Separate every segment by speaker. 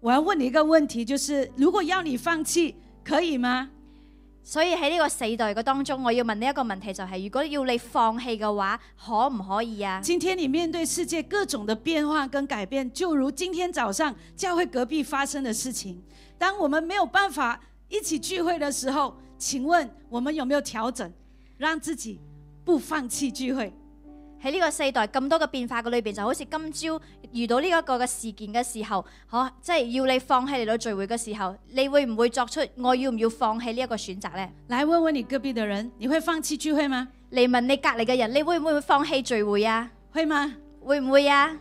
Speaker 1: 我要问你一个问题，就是如果要你放弃，可以吗？
Speaker 2: 所以喺呢個世代嘅當中，我要問呢一個問題就係、如果要你放棄嘅話，可唔可以啊？
Speaker 1: 今天你面对世界各种的变化跟改变，就如今天早上教会隔壁发生的事情。当我们没有办法一起聚会的时候，请问我们有没有调整，让自己不放弃聚会？
Speaker 2: 喺呢個世代咁多嘅變化嘅裏邊，就好似今朝遇到呢一個嘅事件嘅時候，可、即係要你放棄嚟到聚會嘅時候，你會唔會作出我要唔要放棄呢一個選擇呢？
Speaker 1: 来问问你隔壁的人，你会放弃聚会吗？
Speaker 2: 嚟問你隔離嘅人，你會唔會放棄聚會啊？
Speaker 1: 会吗？
Speaker 2: 會唔會啊？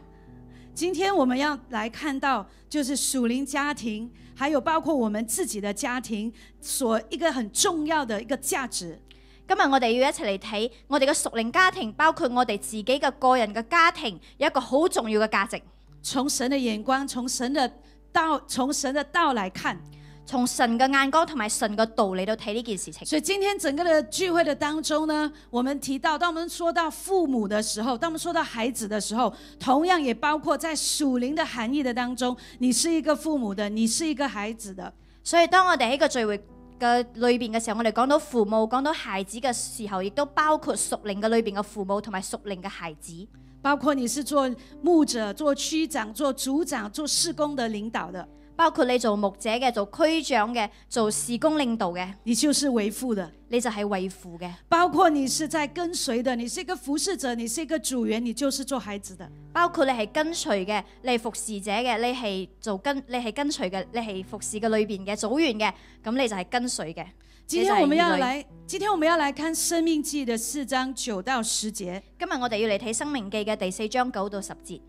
Speaker 1: 今天我们要来看到，就是属灵家庭，还有包括我们自己的家庭，所一个很重要的一个价值。
Speaker 2: 今日我哋要一齊嚟睇我哋嘅屬靈家庭，包括我哋自己嘅個人嘅家庭，有一個好重要嘅價值。
Speaker 1: 从神的眼光，从神的道，从神的道来看。
Speaker 2: 從神嘅眼光同埋神嘅道理到睇呢件事情。
Speaker 1: 所以今天整个的聚会的当中呢，我们提到，当我们说到父母的时候，当我们说到孩子的时候，同样也包括在属灵的含义的当中，你是一个父母的，你是一个孩子的。
Speaker 2: 所以當我哋喺個聚會嘅裏邊嘅時候，我哋講到父母，講到孩子嘅時候，亦都包括屬靈嘅裏邊嘅父母同埋屬靈嘅孩子，
Speaker 1: 包括你是做牧者、做区长、做组长、做事工的领导的，
Speaker 2: 包括你做牧者嘅、做區長嘅、做事工領導嘅，
Speaker 1: 你就是为父的；
Speaker 2: 你就係為父嘅；
Speaker 1: 包括你是在跟随的，你是一个服侍者，你是一个组员，你就是做孩子的。
Speaker 2: 包括你係跟隨嘅，你係服侍者嘅，你係做跟你係跟隨嘅，你係服侍嘅裏邊嘅組員嘅，咁你就係跟隨嘅。
Speaker 1: 今天我们要来，今天我们要来看《生命记》的四章九到十节，
Speaker 2: 今日我哋要嚟睇《生命記》嘅第四章九到十節。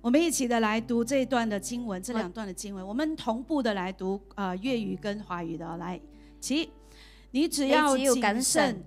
Speaker 1: 我们一起的来读这一段的经文，这两段的经文，我们同步的来读，呃，粤语跟华语的哦来。起，你只要
Speaker 2: 你只要
Speaker 1: 谨
Speaker 2: 谨
Speaker 1: 慎
Speaker 2: 慎，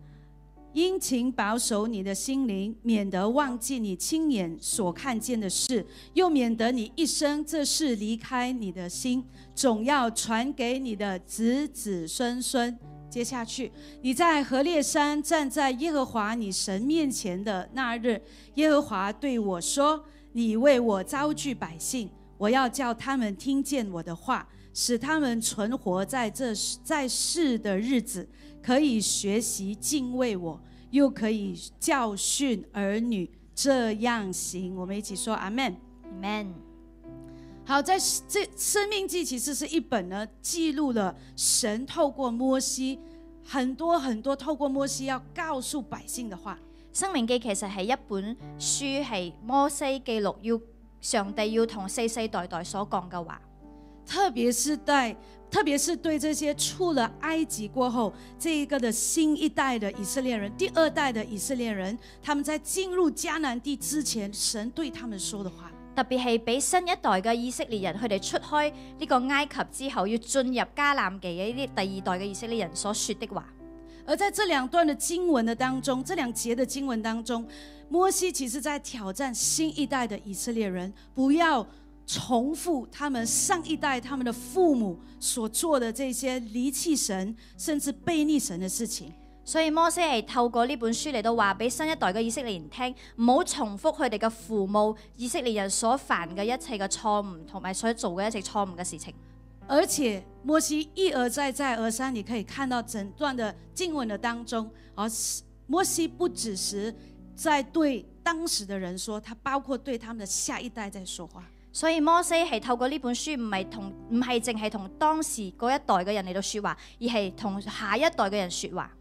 Speaker 1: 殷勤保守你的心灵，免得忘记你亲眼所看见的事，又免得你一生这事离开你的心，总要传给你的子子孙孙。接下去，你在何烈山站在耶和华你神面前的那日，耶和华对我说：“你为我招聚百姓，我要叫他们听见我的话，使他们存活在这在世的日子，可以学习敬畏我，又可以教训儿女，这样行。”我们一起说阿门。
Speaker 2: Amen。
Speaker 1: 好，在这《生命记》其实是一本呢，记录了神透过摩西很多很多透过摩西要告诉百姓的话。
Speaker 2: 生命記其實係一本書，係摩西記錄要上帝要同世世代代所講嘅話，
Speaker 1: 特别是在，特别是对这些出了埃及过后，这一个的新一代的以色列人，第二代的以色列人，他们在进入迦南地之前，神对他们说的话。
Speaker 2: 特別係俾新一代嘅以色列人，佢哋出開呢個埃及之後，要進入迦南記嘅呢啲第二代嘅以色列人所說的話。
Speaker 1: 而在这两段的经文的当中，这两节的经文当中，摩西其实在挑战新一代的以色列人，不要重复他们上一代他们的父母所做的这些离弃神甚至背逆神的事情。
Speaker 2: 所以摩西係透過呢本書嚟到話俾新一代嘅以色列人聽，唔好重複佢哋嘅父母以色列人所犯嘅一切嘅錯誤，同埋所做嘅一切錯誤嘅事情。
Speaker 1: 而且摩西一而再再而三，你可以看到整段的经文的当中，而摩西不只是在对当时的人说，他包括对他们的下一代在说话。
Speaker 2: 所以摩西係透過呢本書，唔係同唔係淨係同當時嗰一代嘅人嚟到説話，而係同下一代嘅人説話。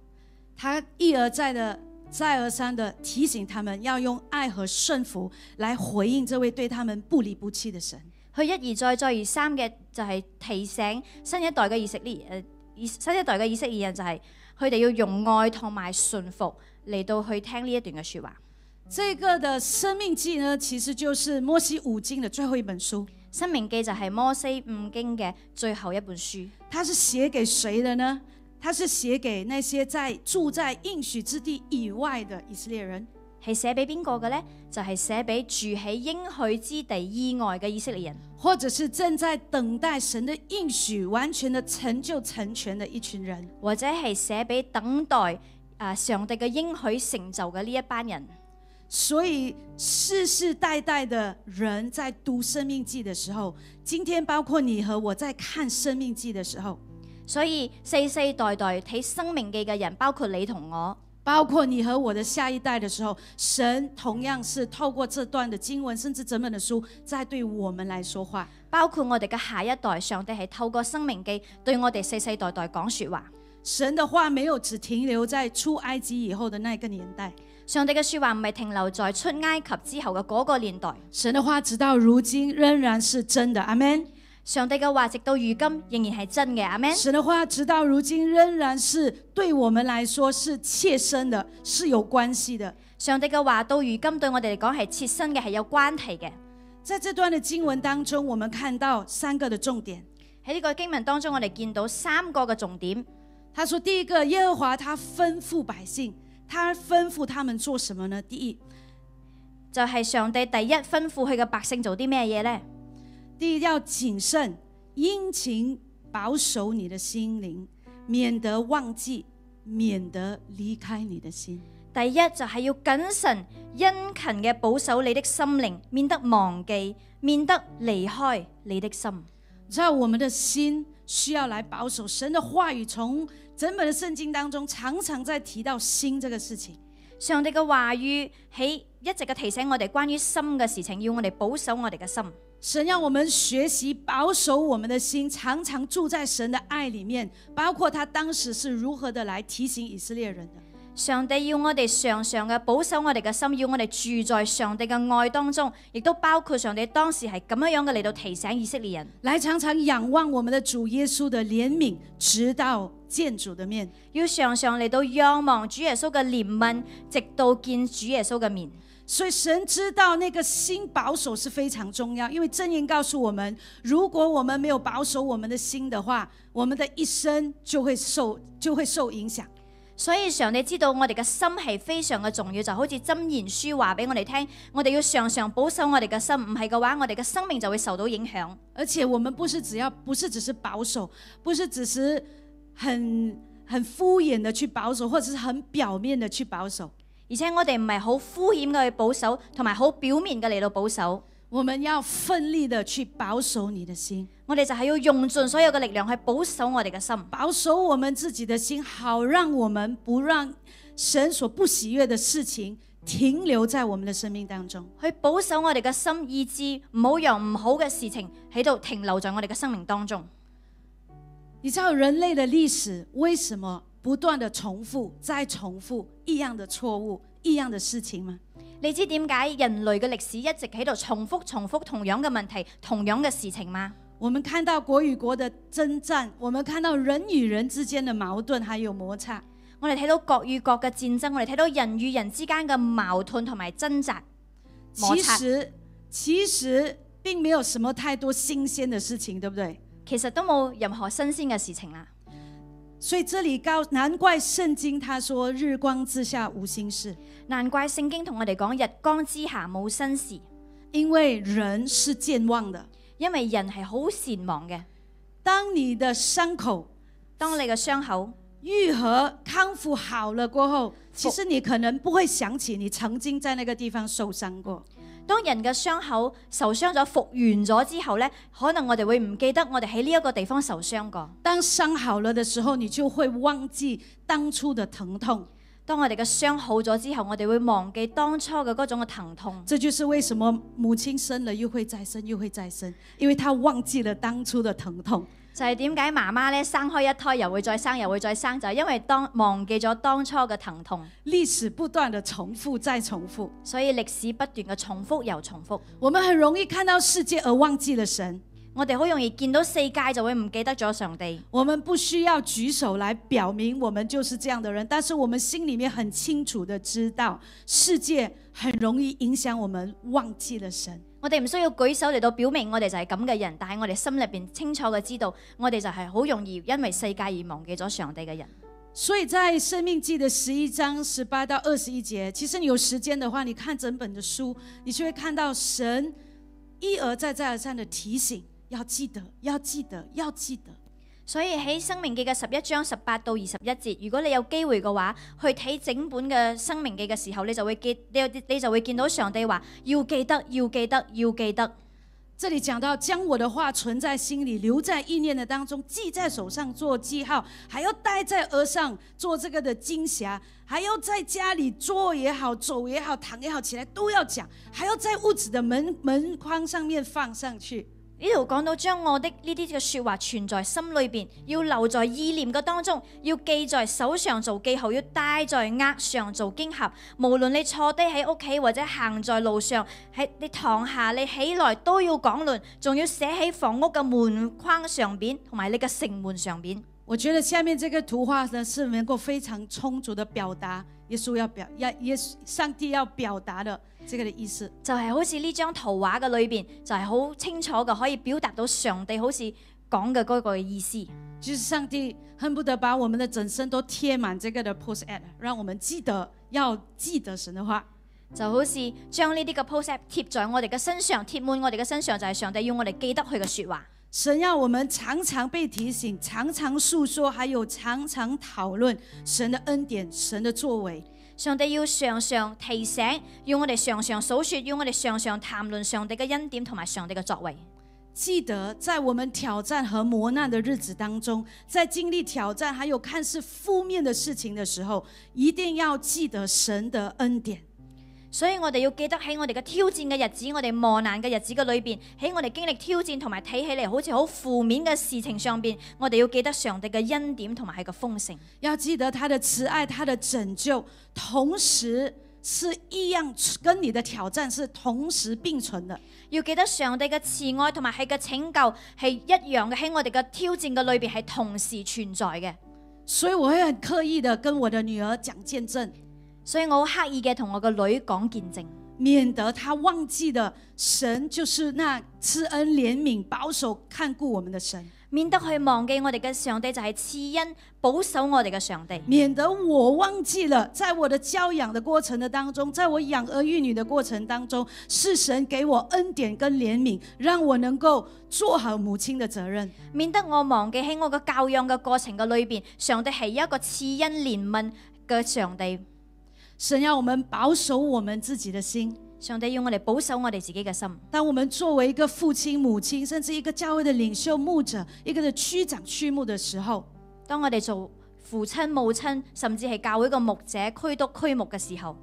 Speaker 1: 他一而再的、再而三的提醒他们要用爱和顺服来回应这位对他们不离不弃的神。
Speaker 2: 佢一而再、再而三嘅就係提醒新一代嘅以色列誒、呃以新一代嘅以色列人就係佢哋要用愛同埋順服嚟到去聽呢一段嘅説話。
Speaker 1: 这个的生命记呢，其实就是摩西五经的最后一本书。
Speaker 2: 《生命記》就係摩西五經嘅最後一本書，
Speaker 1: 它是写给谁的呢？它是写给那些在住在应许之地以外的以色列人。
Speaker 2: 係寫俾邊個嘅呢？就係、寫俾住喺應許之地以外嘅以色列人。
Speaker 1: 或者是正在等待神的应许完全的成就成全的一群人，
Speaker 2: 或者係寫俾等待啊上帝嘅應許成就嘅呢一班人。
Speaker 1: 所以世世代代的人在读《生命记》的时候，今天包括你和我在看《生命记》的时候，
Speaker 2: 所以世世代代睇《生命記》嘅人，包括你同我，
Speaker 1: 包括你和我的下一代的时候，神同样是透过这段的经文，甚至整本的书，在对我们来说话。
Speaker 2: 包括我哋嘅下一代，上帝係透過《生命記》對我哋世世代代講说話。
Speaker 1: 神的话没有只停留在出埃及以后的那个年代，
Speaker 2: 上帝嘅说話唔係停留在出埃及之後嘅嗰個年代，
Speaker 1: 神的话直到如今仍然是真的。阿门。
Speaker 2: 上帝嘅話直到如今仍然係真嘅。阿 Man，
Speaker 1: 神的话直到如今仍然是对我们来说是切身的，是有关系的。
Speaker 2: 上帝嘅話到如今對我哋嚟講係切身嘅，係有關係嘅。
Speaker 1: 在这段的经文当中，我们看到三个的重点。
Speaker 2: 喺呢個經文當中，我哋見到三個嘅重點。
Speaker 1: 他说：第一个，耶和华他吩咐百姓，他吩咐他们做什么呢？第一，
Speaker 2: 就係上帝第一吩咐佢嘅百姓做啲咩嘢呢？
Speaker 1: 第一要谨慎，殷勤保守你的心灵，免得忘记，免得离开你的心。
Speaker 2: 第一就係要謹慎、殷勤嘅保守你的心靈，免得忘記，免得離開你的心。
Speaker 1: 你知道我们的心需要来保守神的话语，从整本的圣经当中常常在提到心这个事情。
Speaker 2: 上帝嘅話語喺一直嘅提醒我哋關於心嘅事情，要我哋保守我哋嘅心。
Speaker 1: 神让我们学习保守我们的心，常常住在神的爱里面，包括他当时是如何的来提醒以色列人的。
Speaker 2: 上帝要我哋常常嘅保守我哋嘅心，要我哋住在上帝嘅愛當中，亦都包括上帝當時係咁樣樣嘅嚟到提醒以色列人，
Speaker 1: 来常常仰望我们的主耶稣的怜悯，直到见主的面。
Speaker 2: 要常常嚟到仰望主耶穌嘅憐憫，直到見主耶穌嘅面。
Speaker 1: 所以神知道那个心保守是非常重要，因为箴言告诉我们，如果我们没有保守我们的心的话，我们的一生就会受就会受影响。
Speaker 2: 所以上帝知道我哋嘅心係非常嘅重要，就好似箴言書話俾我哋聽，我哋要常常保守我哋嘅心，唔係嘅話，我哋嘅生命就會受到影響。
Speaker 1: 而且我们不是只要不是只是保守，不是只是很很敷衍的去保守，或者是很表面的去保守。
Speaker 2: 而且我哋唔係好敷衍嘅去保守，同埋好表面嘅嚟到保守。
Speaker 1: 我们要奋力的去保守你的心，
Speaker 2: 我哋就係要用盡所有嘅力量去保守我哋嘅心，
Speaker 1: 保守我们自己的心，好让我们不让神所不喜悦的事情停留在我们的生命当中。
Speaker 2: 去保守我哋嘅心意志，唔好讓唔好嘅事情喺度停留在我哋嘅生命當中。
Speaker 1: 你知道人类的历史为什么不断的重复、再重复一样的错误、一样的事情吗？
Speaker 2: 你知點解人類嘅歷史一直喺度重複、重複同樣嘅問題、同樣嘅事情嗎？
Speaker 1: 我们看到国与国的征战，我们看到人与人之间的矛盾还有摩擦，
Speaker 2: 我哋睇到國與國嘅戰爭，我哋睇到人與人之間嘅矛盾同埋掙扎。摩
Speaker 1: 其
Speaker 2: 擦
Speaker 1: 实其实并没有什么太多新鲜的事情，对不对？
Speaker 2: 其實都冇任何新鮮嘅事情啦。
Speaker 1: 所以这里告，难怪圣经他说“日光之下无新事
Speaker 2: 難怪聖經同我哋講日光之下冇新事，”，
Speaker 1: 因为人是健忘的。
Speaker 2: 因為人係好善忘嘅。
Speaker 1: 当你的伤口
Speaker 2: 當你嘅傷口
Speaker 1: 愈合、康复好了过后，其实你可能不会想起你曾经在那个地方受伤过。
Speaker 2: 當人嘅傷口受傷咗、復原咗之後呢，可能我哋會唔記得我哋喺呢一個地方受傷過。
Speaker 1: 当伤好了的时候，你就会忘记当初的疼痛。
Speaker 2: 當我哋嘅傷好咗之後，我哋會忘記當初嘅嗰種嘅疼痛。
Speaker 1: 这就是为什么母亲生了又会再生，又会再生，因为她忘记了当初的疼痛。
Speaker 2: 就係點解媽媽咧生開一胎又會再生又會再生，就係、因為當忘記咗當初嘅疼痛，
Speaker 1: 历史不斷的重複再重複，
Speaker 2: 所以歷史不斷嘅重複又重複。
Speaker 1: 我们很容易看到世界而忘記了神。
Speaker 2: 我哋好容易見到世界就會唔記得咗上帝。
Speaker 1: 我们不需要举手来表明我们就是这样的人，但是我们心里面很清楚的知道，世界很容易影响我们忘记了神。
Speaker 2: 我哋唔需要舉手嚟到表明我哋就係咁嘅人，但係我哋心裏邊清楚嘅知道，我哋就係好容易因為世界而忘記咗上帝嘅人。
Speaker 1: 所以在《生命记》的十一章十八到二十一节，其实你有时间的话，你看整本的书，你就会看到神一而再、再而三的提醒，要记得，要记得，要记得。
Speaker 2: 所以喺《生命記》嘅十一章十八到二十一節，如果你有機會嘅話，去睇整本嘅《生命記》嘅時候，你就會見你有你就會見到上帝話要記得，要記得，要記得。
Speaker 1: 这里讲到将我的话存在心里，留在意念的当中，记在手上做记号，还要戴在额上做这个的金匣，还要在家里坐也好，走也好，躺也好，起来都要讲，还要在屋子的门门框上面放上去。
Speaker 2: 呢度講到將我的呢啲嘅説話存在心裏邊，要留在意念嘅當中，要記在手上做記號，要戴在額上做經盒。無論你坐低喺屋企或者行在路上，喺你堂下你起來都要講論，仲要寫喺房屋嘅門框上邊同埋你嘅城門上邊。
Speaker 1: 我觉得下面这个图画呢，是能够非常充足的表达耶稣要表要耶稣上帝要表达的这个的意思。
Speaker 2: 就係好似呢張圖畫嘅裏邊，就係好清楚嘅，可以表達到上帝好似講嘅嗰個意思。
Speaker 1: 就是上帝恨不得把我们的整身都贴满这个的 post ad，让我们记得要记得神的话。
Speaker 2: 就好似將呢啲嘅 post app 貼在我哋嘅身上，貼滿我哋嘅身上，就係、上帝要我哋記得佢嘅説話。
Speaker 1: 神要我们常常被提醒，常常诉说，还有常常讨论神的恩典、神的作为。
Speaker 2: 上帝要常常提醒，要我哋常常數説，要我哋常常談論上帝嘅恩典同埋上帝嘅作為。
Speaker 1: 记得在我们挑战和磨难的日子当中，在经历挑战还有看似负面的事情的时候，一定要记得神的恩典。
Speaker 2: 所以我哋要記得喺我哋嘅挑戰嘅日子，我哋磨難嘅日子嘅裏邊，喺我哋經歷挑戰同埋睇起嚟好似好負面嘅事情上邊，我哋要記得上帝嘅恩典同埋係個豐盛。
Speaker 1: 要记得他的慈爱、他的拯救，同时是一样跟你的挑战是同时并存的。
Speaker 2: 要記得上帝嘅慈愛同埋係嘅拯救係一樣嘅，喺我哋嘅挑戰嘅裏邊係同時存在嘅。
Speaker 1: 所以我会很刻意的跟我的女儿讲见证，
Speaker 2: 所以我好刻意嘅同我個女講見證，
Speaker 1: 免得她忘记了神就是那施恩、怜悯、保守、看顾我们的神，
Speaker 2: 免得佢忘記我哋嘅上帝就係賜恩保守我哋嘅上帝，
Speaker 1: 免得我忘记了，在我的教养的过程的当中，在我养儿育女的过程当中，是神给我恩典跟怜悯，让我能够做好母亲的责任。
Speaker 2: 免得我忘記喺我嘅教養嘅過程嘅裏邊，上帝係一個賜恩憐憫嘅上帝。
Speaker 1: 神要我们保守我们自己的心。
Speaker 2: 上帝要我哋保守我哋自己嘅心。
Speaker 1: 当我们作为一个父亲、母亲，甚至一个教会的领袖、牧者、一个的区长、区牧的时候，
Speaker 2: 當我哋做父親、母親，甚至係教會嘅牧者、區督、區牧嘅時候，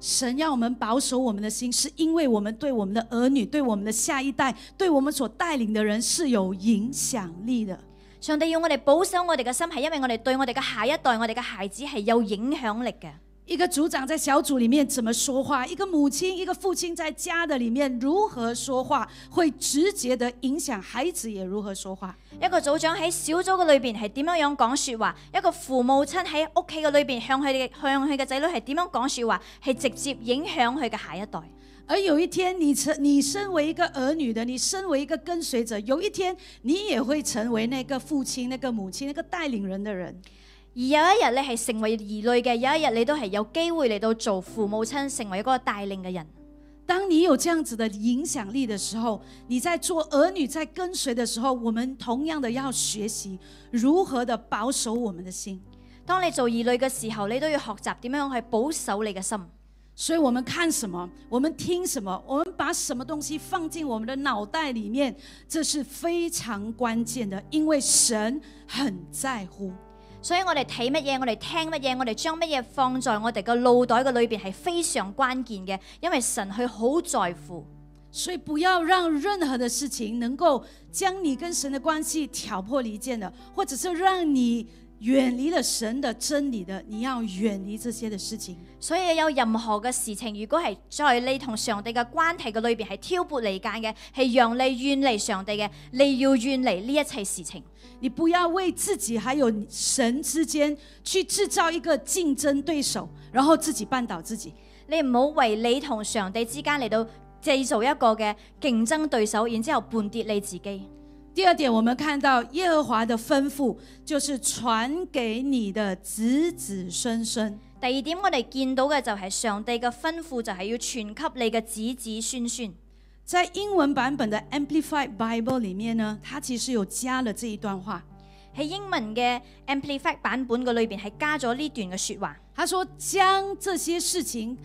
Speaker 1: 神要我们保守我们的心，是因为我们对我们的儿女、对我们的下一代、对我们所带领的人是有影响力的。
Speaker 2: 上帝要我哋保守我哋嘅心，係因為我哋對我哋嘅下一代、我哋嘅孩子係有影響力嘅。
Speaker 1: 一个组长在小组里面怎么说话，一个母亲、一个父亲在家的里面如何说话，会直接的影响孩子也如何说话。
Speaker 2: 一個組長喺小組嘅裏邊係點樣樣講説話，一個父母親喺屋企嘅裏邊向佢哋向佢嘅仔女係點樣講説話，係直接影響佢嘅下一代。
Speaker 1: 而有一天你，成你身为一个儿女的，你身为一个跟随者，有一天你也会成为那个父亲、那个母亲、那个带领人的人。
Speaker 2: 而有一日你係成為兒女嘅，有一日你都係有機會嚟到做父母親，成為嗰個帶領嘅人。
Speaker 1: 当你有这样子的影响力的时候，你在做儿女在跟随的时候，我们同样的要学习如何的保守我们的心。
Speaker 2: 當你做兒女嘅時候，你都要學習點樣去保守你嘅心。
Speaker 1: 所以我们看什么，我们听什么，我们把什么东西放进我们的脑袋里面，这是非常关键的，因为神很在乎。
Speaker 2: 所以我哋睇乜嘢，我哋聽乜嘢，我哋將乜嘢放在我哋嘅腦袋嘅裏邊係非常關鍵嘅，因為神佢好在乎。
Speaker 1: 所以不要让任何的事情能够将你跟神的关系挑拨离间的，或者是让你远离了神的真理的，你要远离这些的事情。
Speaker 2: 所以有任何嘅事情，如果係在你同上帝嘅關係嘅裏邊係挑撥離間嘅，係讓你遠離上帝嘅，你要遠離呢一切事情。
Speaker 1: 你不要为自己还有神之间去制造一个竞争对手，然后自己绊倒自己。
Speaker 2: 你唔好為你同上帝之間嚟到製造一個嘅競爭對手，然之後絆跌你自己。
Speaker 1: 第二点，我们看到耶和华的吩咐就是传给你的子子孙孙。
Speaker 2: 第二點，我哋見到嘅就係上帝嘅吩咐，就係要傳給你嘅子子孫孫。
Speaker 1: 在英文版本的 Amplified Bible 里面呢，它其实有加了这一段话。
Speaker 2: 喺英文嘅 Amplified 版本嘅裏邊係加咗呢段嘅説話。
Speaker 1: 他说：“将这些事情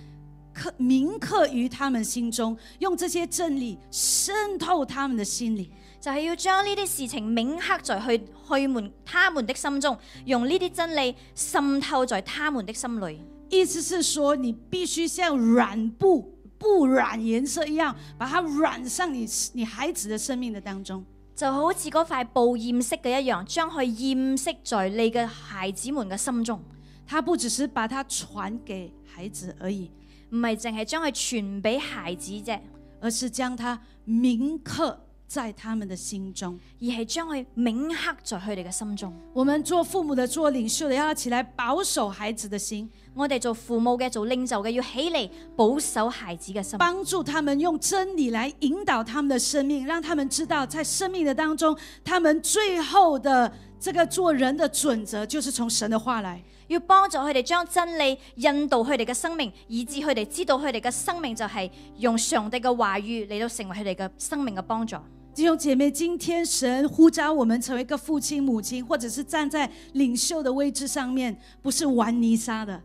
Speaker 1: 刻铭刻于他们心中，用这些真理渗透他们的心里。
Speaker 2: 就係要將呢啲事情銘刻在去去們他們的心中，用呢啲真理滲透在他們的心裏。
Speaker 1: 意思是说，你必须像染布布染颜色一样，把它染上你你孩子的生命的当中。
Speaker 2: 就好似嗰塊布染色嘅一樣，將佢染色在你嘅孩子們嘅心中，
Speaker 1: 他不只是把它传给孩子而已，
Speaker 2: 唔係淨係將佢傳俾孩子啫，
Speaker 1: 而是将它铭刻在他们的心中。
Speaker 2: 而係將佢銘刻在佢哋嘅心中。
Speaker 1: 我们做父母的、做领袖的，要起来保守孩子的心，
Speaker 2: 我哋做父母嘅、做領袖嘅，要起嚟保守孩子嘅心，
Speaker 1: 帮助他们用真理来引导他们的生命，让他们知道在生命的当中，他们最后的这个做人的准则就是从神的话来。
Speaker 2: 要幫助佢哋將真理引導佢哋嘅生命，以致佢哋知道佢哋嘅生命就係用上帝嘅話語嚟到成為佢哋嘅生命嘅幫助。
Speaker 1: 弟兄姐妹，今天神呼召我们成为一个父亲、母亲，或者是站在领袖的位置上面，不是玩泥沙的。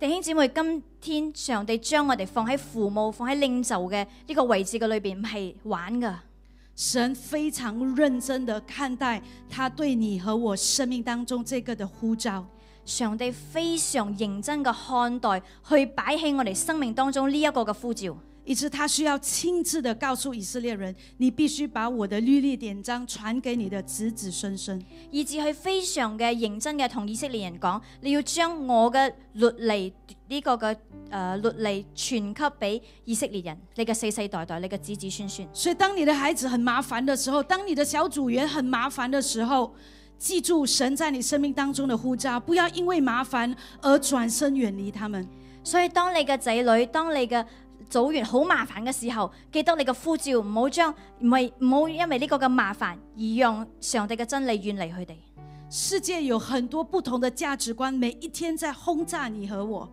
Speaker 2: 弟兄姊妹，今天上帝將我哋放喺父母、放喺領袖嘅呢個位置嘅裏邊，唔係玩噶。
Speaker 1: 神非常认真的看待他对你和我生命当中这个的呼召。
Speaker 2: 上帝非常認真嘅看待，去擺喺我哋生命當中呢一個嘅呼召，
Speaker 1: 以致他需要亲自的告诉以色列人：“你必须把我的律例典章传给你的子子孙孙。
Speaker 2: 以至佢非常嘅認真嘅同以色列人講：你要將我嘅律例呢、個嘅誒、呃律例傳給俾以色列人，你嘅世世代代，你嘅子子孫孫。”
Speaker 1: 所以，当你的孩子很麻烦的时候，当你的小组员很麻烦的时候，记住神在你生命当中的呼召，不要因为麻烦而转身远离他们。
Speaker 2: 所以當你嘅仔女，當你嘅組員好麻煩嘅時候，記得你嘅呼召，唔好將唔係唔好因為呢個嘅麻煩而讓上帝嘅真理遠離佢哋。
Speaker 1: 世界有很多不同的价值观，每一天在轰炸你和我，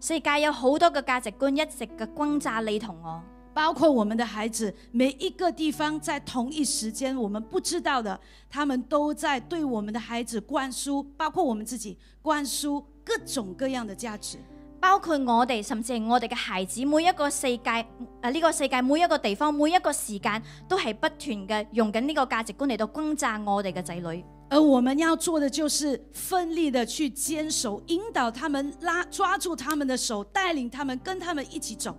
Speaker 2: 世界有好多嘅價值觀一直嘅轟炸你同我，
Speaker 1: 包括我们的孩子。每一个地方在同一时间，我们不知道的，他们都在对我们的孩子灌输，包括我们自己灌输各种各样的价值。
Speaker 2: 包括我哋，甚至係我哋嘅孩子，每一個世界呃誒呢、個世界每一個地方每一個時間都係不斷嘅用緊呢個價值觀嚟到轟炸我哋嘅仔女。
Speaker 1: 而我们要做的就是奋力的去坚守，引导他们拉抓住他们的手，带领他们跟他们一起走，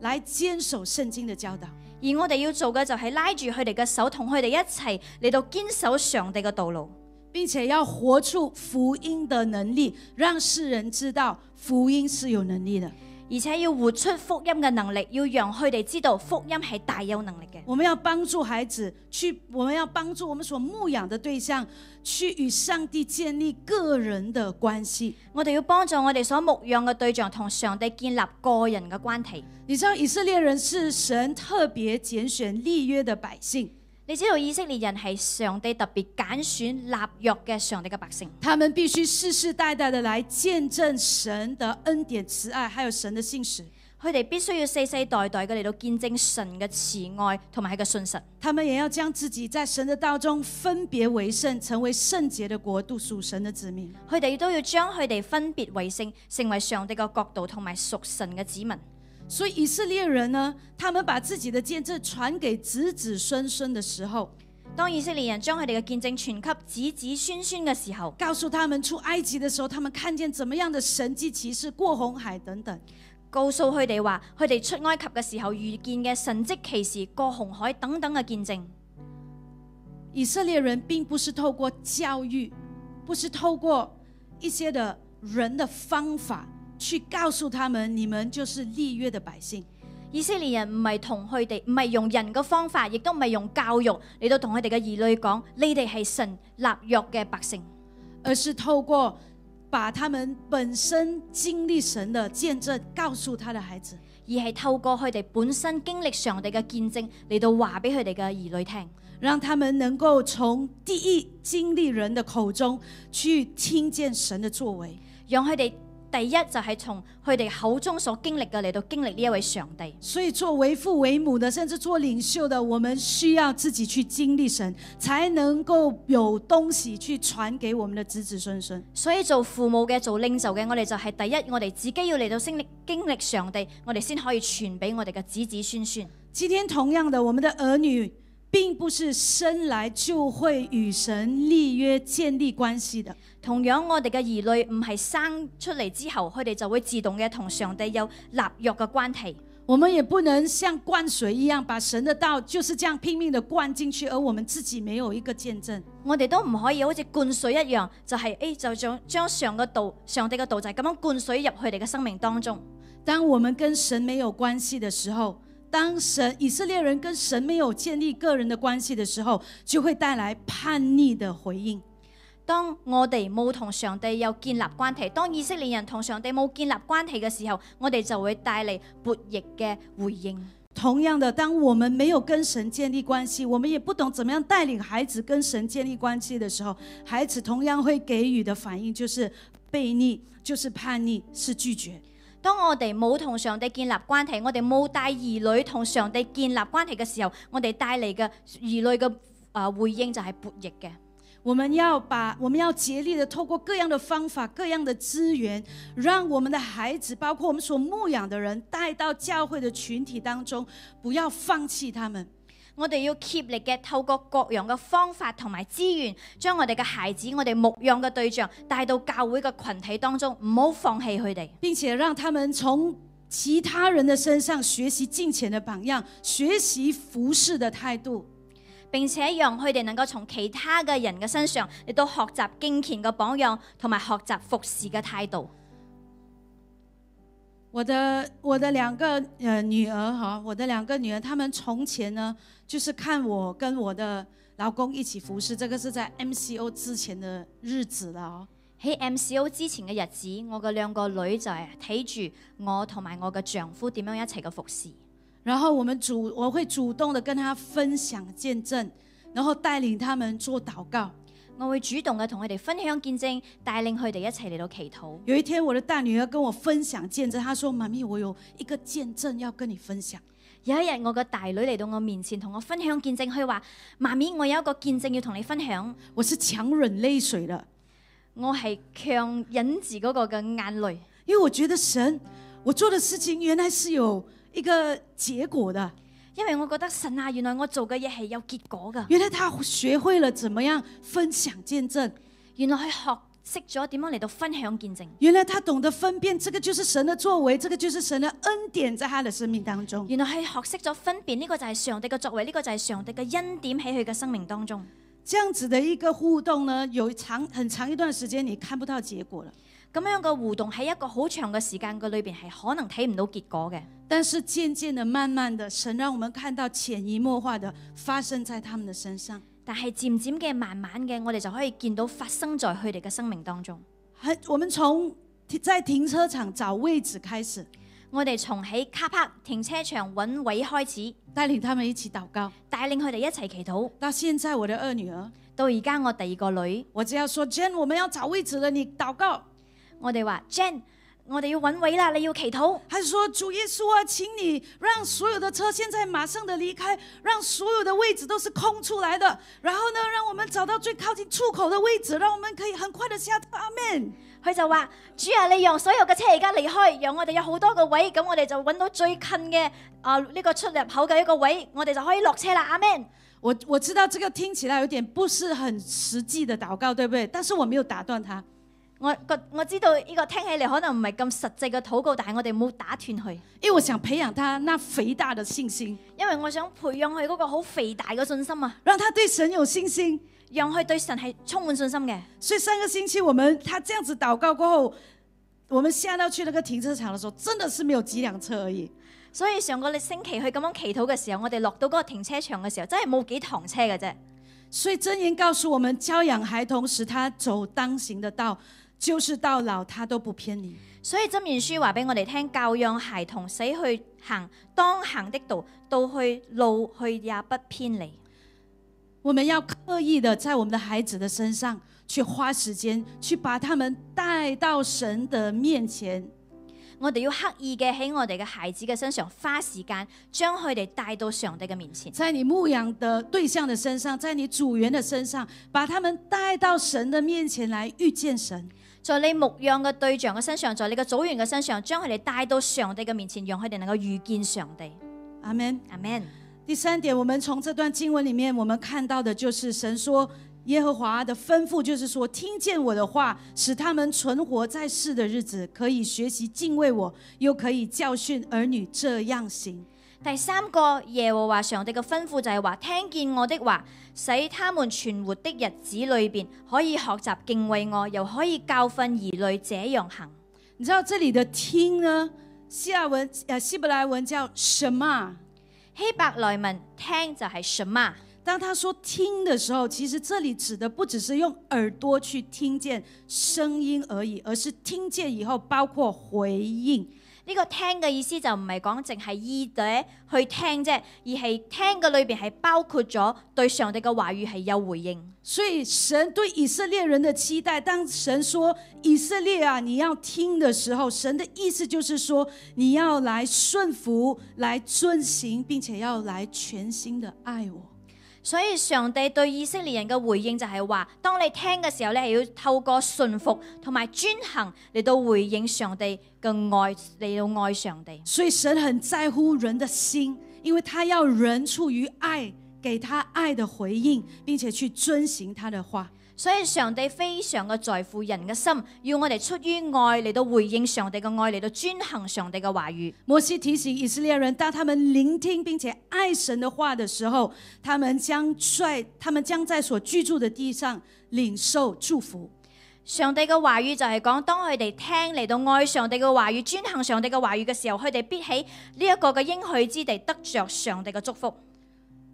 Speaker 1: 来坚守圣经的教导。
Speaker 2: 而我哋要做嘅就係拉住佢哋嘅手，同佢哋一齊嚟到堅守上帝嘅道路。
Speaker 1: 并且要活出福音的能力，让世人知道福音是有能力的。
Speaker 2: 而且要活出福音嘅能力，要讓佢哋知道福音係大有能力嘅。
Speaker 1: 我们要帮助孩子去，我们要帮助我们所牧养的对象去与上帝建立个人的关系。
Speaker 2: 我哋要幫助我哋所牧養嘅對象同上帝建立個人嘅關係。
Speaker 1: 你知道以色列人是神特别拣选立约的百姓，
Speaker 2: 你知道以色列人係上帝特別揀選立約嘅上帝嘅百姓，
Speaker 1: 他们必须世世代代的来见证神的恩典、慈爱，还有神的信实。
Speaker 2: 佢哋必須要世世代代嘅嚟到見證神嘅慈愛同埋佢嘅信實。
Speaker 1: 他们也要将自己在神的道中分别为圣，成为圣洁的国度，属神的子民。
Speaker 2: 佢哋都要將佢哋分別為聖，成為上帝嘅國度同埋屬神嘅子民。
Speaker 1: 所以以色列人呢，他们把自己的见证传给子子孙孙的时候，
Speaker 2: 當以色列人將佢哋嘅見證傳給子子孫孫嘅時候，
Speaker 1: 告诉他们出埃及的时候，他们看见怎么样的神迹奇事，过红海等等。
Speaker 2: 告訴佢哋話，佢哋出埃及嘅時候遇見嘅神蹟奇事、過紅海等等嘅見證。
Speaker 1: 以色列人并不是透过教育，不是透过一些的人的方法去告诉他们，你们就是立约的百姓。
Speaker 2: 以色列人唔係同佢哋，唔係用人嘅方法，亦都唔係用教育嚟到同佢哋嘅兒女講，你哋係神立約嘅百姓，
Speaker 1: 而是透过把他们本身经历神的见证告诉他的孩子。
Speaker 2: 而係透過佢哋本身經歷上帝嘅見證嚟到話俾佢哋嘅兒女聽，
Speaker 1: 让他们能够从第一经历人的口中去听见神的作为，
Speaker 2: 讓佢哋第一就係從佢哋口中所經歷嘅嚟到經歷呢一位上帝。
Speaker 1: 所以，做为父为母的，甚至做领袖的，我们需要自己去经历神，才能够有东西去传给我们的子子孙孙。
Speaker 2: 所以做父母嘅、做領袖嘅，我哋就係第一，我哋自己要嚟到經歷經歷上帝，我哋先可以傳俾我哋嘅子子孫孫。
Speaker 1: 今天同样的，我们的儿女并不是生来就会与神立约建立关系的，
Speaker 2: 同樣，我哋嘅兒女唔係生出嚟之後，佢哋就會自動嘅同上帝有立約嘅關係。
Speaker 1: 我们也不能像灌水一样把神的道就是这样拼命的灌进去，而我们自己没有一个见证。
Speaker 2: 我哋都唔可以好似灌水一樣，就係、哎就將將上嘅道、上帝嘅道就係咁樣灌水入佢哋嘅生命當中。
Speaker 1: 当我们跟神没有关系的时候，当神以色列人跟神没有建立个人的关系的时候，就会带来叛逆的回应。
Speaker 2: 當我哋冇同上帝有建立關係，當以色列人同上帝冇建立關係嘅時候，我哋就會帶嚟悖逆嘅回應。
Speaker 1: 同样的，当我们没有跟神建立关系，我们也不懂怎么样带领孩子跟神建立关系的时候，孩子同样会给予的反应就是悖逆，就是叛逆，是拒绝。
Speaker 2: 當我哋冇同上帝建立關係，我哋冇帶兒女同上帝建立關係嘅時候，我哋帶嚟嘅兒女嘅啊回應就係悖逆嘅。
Speaker 1: 我们要把我们要竭力的透过各样的方法、各样的资源，让我们的孩子，包括我们所牧养的人，带到教会的群体当中，不要放弃他们。
Speaker 2: 我哋要竭力嘅透過各樣嘅方法同埋資源，將我哋嘅孩子、我哋牧養嘅對象帶到教會嘅群體當中，唔好放棄佢哋。
Speaker 1: 并且让他们从其他人的身上学习敬虔的榜样，学习服侍的态度。
Speaker 2: 並且讓佢哋能夠從其他嘅人嘅身上嚟到學習敬虔嘅榜樣，同埋學習服侍嘅態度。
Speaker 1: 我的我的两个呃女儿哈，我的两个女儿，她们从前呢，就是看我跟我的老公一起服侍，这个是在 MCO 之前的日子了哦。
Speaker 2: 喺 MCO 之前嘅日子，我嘅兩個女就係睇住我同埋我嘅丈夫點樣一齊嘅服侍。
Speaker 1: 然后我们主我会主动的跟她分享见证，然后带领他们做祷告。
Speaker 2: 我會主動嘅同佢哋分享見證，帶領佢哋一齊嚟到祈禱。
Speaker 1: 有一天，我的大女儿跟我分享见证，她说：“妈咪，我有一个见证要跟你分享。”
Speaker 2: 有一日，我嘅大女嚟到我面前同我分享見證，佢話：媽咪，我有一個見證要同你分享。
Speaker 1: 我是强忍泪水的，
Speaker 2: 我係強忍住嗰個嘅眼淚，
Speaker 1: 因为我觉得神，我做的事情原来是有一个结果的，
Speaker 2: 因為我覺得神啊，原來我做嘅嘢係有結果㗎。
Speaker 1: 原来他学会了怎么样分享见证，
Speaker 2: 原來佢學識咗點樣嚟到分享見證，
Speaker 1: 原来他懂得分辨这个就是神的作为，这个就是神的恩典在他的生命当中。
Speaker 2: 原來佢學識咗分辨呢、個就係上帝嘅作為，呢、個就係上帝嘅恩典喺佢嘅生命當中。
Speaker 1: 这样子的一个互动呢，有长很长一段时间你看不到结果了，
Speaker 2: 咁樣嘅互動喺一個好長嘅時間嘅裏邊係可能睇唔到結果嘅，
Speaker 1: 但是渐渐的、慢慢的，神让我们看到潜移默化的发生在他们的身上。
Speaker 2: 但係漸漸嘅、慢慢嘅，我哋就可以見到發生在佢哋嘅生命當中。
Speaker 1: 很，我们从停在停车场找位置开始，
Speaker 2: 我哋從喺卡帕停車場揾位開始，
Speaker 1: 带领他们一起祷告。
Speaker 2: 帶領佢哋一齊祈禱。
Speaker 1: 到现在，我的二女儿，
Speaker 2: 到而家我第二個女，
Speaker 1: 我只要说 Jane，我们要找位置了，你祷告。
Speaker 2: 我哋話 Jen，我哋要揾位啦，你要祈禱。
Speaker 1: 她说：“主耶稣啊，请你让所有的车现在马上的离开，让所有的位置都是空出来的。然后呢，让我们找到最靠近出口的位置，让我们可以很快的下车。阿门。
Speaker 2: 佢就話：主啊，你讓所有嘅車而家離開，讓我哋有好多個位，咁我哋就揾到最近嘅啊呢個出入口嘅一個位，我哋就可以落車啦。阿 Man，
Speaker 1: 我我知道这个听起来有点不是很实际的祷告，对不对？但是我没有打断她。
Speaker 2: 我覺我知道呢個聽起嚟可能唔係咁實際嘅禱告，但係我哋冇打斷佢，
Speaker 1: 因为我想培养她那肥大的信心。
Speaker 2: 因為我想培養佢嗰個好肥大嘅信心啊，
Speaker 1: 让他对神有信心。
Speaker 2: 讓佢對神係充滿信心嘅。
Speaker 1: 所以上个星期我们他这样子祷告过后，我们下到去那个停车场的时候，真的是没有几辆车而已。
Speaker 2: 所以上個星期佢咁樣祈禱嘅時候，我哋落到嗰個停車場嘅時候，真係冇幾堂車嘅啫。
Speaker 1: 所以真言告诉我们，教养孩童使他走当行的道，就是到老他都不偏离。
Speaker 2: 所以《箴言書》話俾我哋聽，教養孩童，使去行當行的道，到去路去也不偏離。
Speaker 1: 我我们要刻意的在我们的孩子的身上去花时间，去把他们带到神的面前。
Speaker 2: 我哋要刻意嘅喺我哋嘅孩子嘅身上花時間，將佢哋帶到上帝嘅面前。
Speaker 1: 在你牧养的对象的身上，在你组员的身上，把他们带到神的面前来遇见神。
Speaker 2: 在你牧養嘅對象嘅身上，在你嘅組員嘅身上，將佢哋帶到上帝嘅面前，讓佢哋能夠遇見上帝。
Speaker 1: 阿门。
Speaker 2: 阿 Man，
Speaker 1: 第三点，我们从这段经文里面，我们看到的就是神说耶和华的吩咐，就是说听见我的话，使他们存活在世的日子，可以学习敬畏我，又可以教训儿女这样行。
Speaker 2: 第三個耶和華上帝嘅吩咐就係話：聽見我的話，使他們存活的日子裏邊可以學習敬畏我，又可以教訓兒女這樣行。
Speaker 1: 你知道这里的听呢，希腊文呃希伯来文叫什么？
Speaker 2: 希伯來文聽就係什麼？
Speaker 1: 当他说听的时候，其实这里指的不只是用耳朵去听见声音而已，而是听见以后包括回应。
Speaker 2: 呢個聽嘅意思就唔係講淨係耳朵去聽啫，而係聽嘅裏邊係包括咗對上帝嘅話語係有回應。
Speaker 1: 所以神对以色列人的期待，当神说以色列啊，你要听的时候，神的意思就是说你要来顺服、来遵行，并且要来全心的爱我。
Speaker 2: 所以上帝對以色列人嘅回應就係話：當你聽嘅時候咧，係要透過信服同埋專行嚟到回應上帝嘅愛，嚟到愛上帝。
Speaker 1: 所以神很在乎人的心，因为他要人出于爱，给他爱的回应，并且去遵行他的话。
Speaker 2: 所以上帝非常嘅在乎人嘅心，要我哋出於愛嚟到回應上帝嘅愛，嚟到專行上帝嘅話語。
Speaker 1: 摩西提醒以色列人，当他们聆听并且爱神的话的时候，他们将在他们将在所居住的地上领受祝福。
Speaker 2: 上帝嘅話語就係講，當佢哋聽嚟到愛上帝嘅話語、專行上帝嘅話語嘅時候，佢哋必喺呢一個嘅應許之地得着上帝嘅祝福。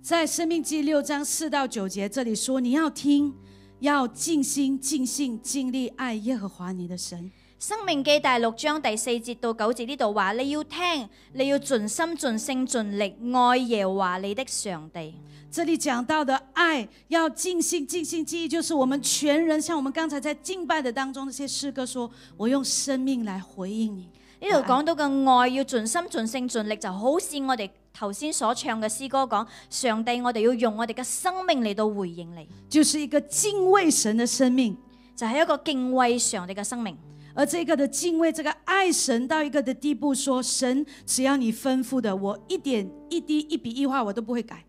Speaker 1: 在《生命记》六章四到九节这里说：“你要听，要尽心、尽性、尽力爱耶和华你的神。
Speaker 2: 生命記第六章第四節到九節呢度話：你要聽，你要盡心、盡性、盡力愛耶和華你的上帝。”
Speaker 1: 这里讲到的爱要尽心、尽性、尽意，就是我们全人，像我们刚才在敬拜的当中那些诗歌说：“我用生命来回应你。”
Speaker 2: 呢度講到嘅愛要盡心、盡性、盡力，就好似我哋頭先所唱嘅詩歌講：上帝，我哋要用我哋嘅生命嚟到回應你，
Speaker 1: 就是一个敬畏神的生命。
Speaker 2: 就係、一個敬畏上帝嘅生命。
Speaker 1: 而这个的敬畏，这个爱神到一个的地步说，神只要你吩咐的，我一点一滴、一笔一画我都不会改。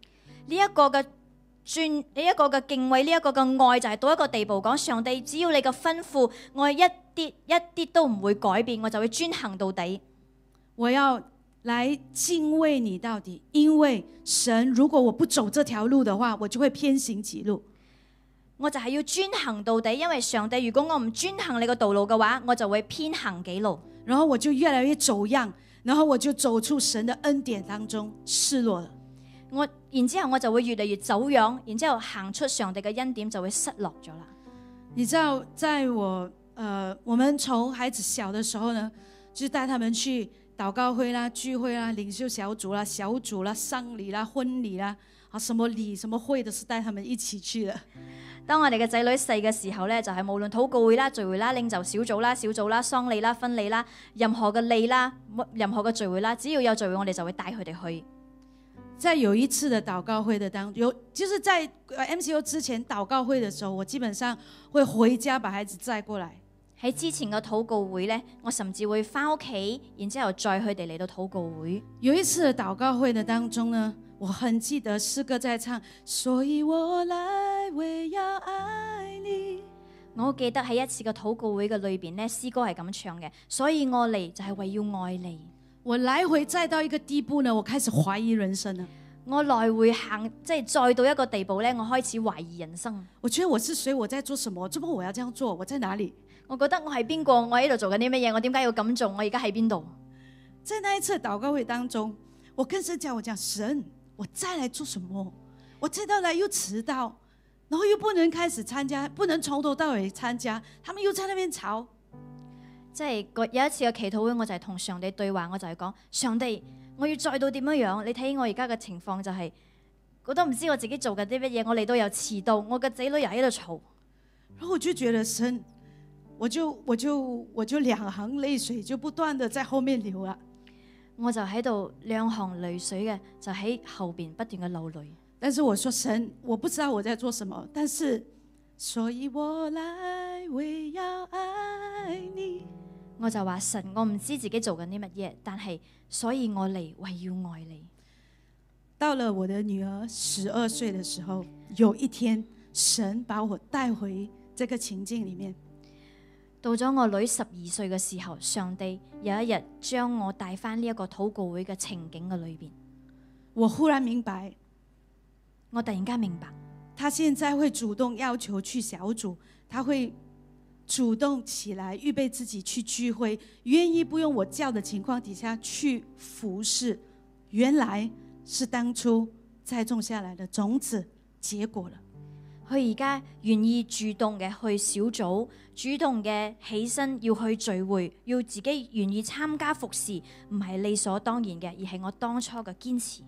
Speaker 2: 呢一個嘅轉，呢一個嘅敬畏，呢、一個嘅愛，就係到一個地步講，上帝只要你嘅吩咐，我一啲一啲都唔會改變，我就會專行到底。
Speaker 1: 我要来敬畏你到底，因为神，如果我不走这条路的话，我就会偏行己路。
Speaker 2: 我就係要專行到底，因為上帝，如果我唔專行你個道路嘅話，我就會偏行幾路，
Speaker 1: 然后我就越来越走样，然后我就走出神的恩典当中，失落了。
Speaker 2: 我然之後我就會越嚟越走樣，然之後行出上帝嘅恩典就會失落咗啦。
Speaker 1: 你知道，在我呃，我们从孩子小的时候呢，就带他们去祷告会啦、聚会啦、领袖小组啦、小组啦、丧礼啦、婚礼啦，啊，什么礼、什么会都是带他们一起去的。
Speaker 2: 當我哋嘅仔女細嘅時候呢，就係、無論禱告會啦、聚會啦、領袖小組啦、小組啦、喪禮啦、婚禮啦，任何嘅禮啦、任何嘅聚會啦，只要有聚會，我哋就會帶佢哋去。
Speaker 1: 在有一次的祷告会的当有，就是在呃 MCO 之前祷告会的时候，我基本上会回家把孩子载过来。
Speaker 2: 喺之前嘅禱告會呢，我甚至會翻屋企，然之後再佢哋嚟到禱告會。
Speaker 1: 有一次的祷告会的当中呢，我很记得诗歌在唱，所以我来为要爱你。
Speaker 2: 我記得喺一次嘅禱告會嘅裏邊呢，詩歌係咁唱嘅，所以我嚟就係為要愛你。
Speaker 1: 我来回再到一个地步呢，我开始怀疑人生了。
Speaker 2: 我來回行，即係再到一個地步呢，我開始懷疑人生。
Speaker 1: 我觉得我是谁？我在做什么？怎么我要这样做？我在哪里？
Speaker 2: 我覺得我係邊個？我喺度做緊啲乜嘢？我點解要咁做？我而家喺邊度？
Speaker 1: 在那一次祷告会当中，我跟神讲，我讲神，我再来做什么？我再到来又迟到，然后又不能开始参加，不能从头到尾参加，他们又在那边吵。
Speaker 2: 即係個有一次嘅祈禱會，我就係同上帝對話，我就係講：上帝，我要再到點樣樣？你睇我而家嘅情況就係、我都唔知我自己做緊啲乜嘢，我嚟到又遲到，我嘅仔女又喺度嘈，
Speaker 1: 然后我就觉得神，我就我就我就两行泪水就不断的在后面流啊。
Speaker 2: 我就喺度兩行淚水嘅，就喺後邊不斷嘅流淚。
Speaker 1: 但是我说神，我不知道我在做什么，但是，所以我来为要爱你。
Speaker 2: 我就話神，我唔知自己做緊啲乜嘢，但係所以我嚟為要愛你。
Speaker 1: 到了我的女儿十二岁的时候，有一天，神把我带回这个情境里面。
Speaker 2: 到咗我女十二歲嘅時候，上帝有一日將我帶翻呢一個禱告會嘅情景嘅裏邊，
Speaker 1: 我忽然明白，
Speaker 2: 我突然間明白，
Speaker 1: 她现在会主动要求去小组，她会主动起来预备自己去聚会，愿意不用我叫的情况底下去服侍。原来是当初栽种下来的种子结果了。
Speaker 2: 佢而家願意主動嘅去小組，主動嘅起身要去聚會，要自己願意參加服侍，唔係理所當然嘅，而係我當初嘅堅持。